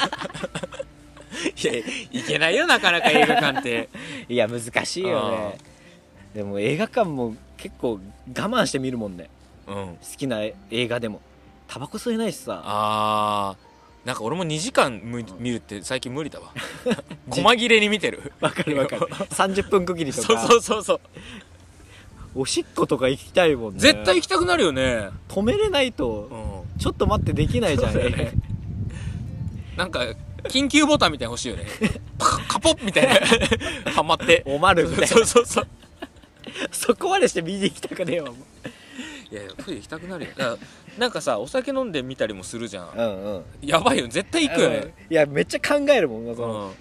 S1: う いやいけないよなかなか映画館って
S2: いや難しいよねでも映画館も結構我慢して見るもんね
S1: うん
S2: 好きな映画でもタバコ吸えないしさ
S1: あーなんか俺も2時間む見るって最近無理だ わ細切れに見てる
S2: わかるわかる30分区切りとか
S1: そうそうそうそう
S2: おしっことか行きたいもんね
S1: 絶対行きたくなるよね
S2: 止めれないと、
S1: うん
S2: ちょっと待ってできないじゃん、
S1: そうだよねなんか緊急ボタンみたいなの欲しい よねパカカポッみたいなはまって
S2: おまるみたいな
S1: そうそうそう
S2: そこまでして見に行きたくねえわも
S1: いやいやトイレ行きたくなるよだからなんかさお酒飲んでみたりもするじゃん
S2: ううんうん
S1: やばいよ絶対行くよね
S2: うんいやめっちゃ考えるもんその、
S1: うん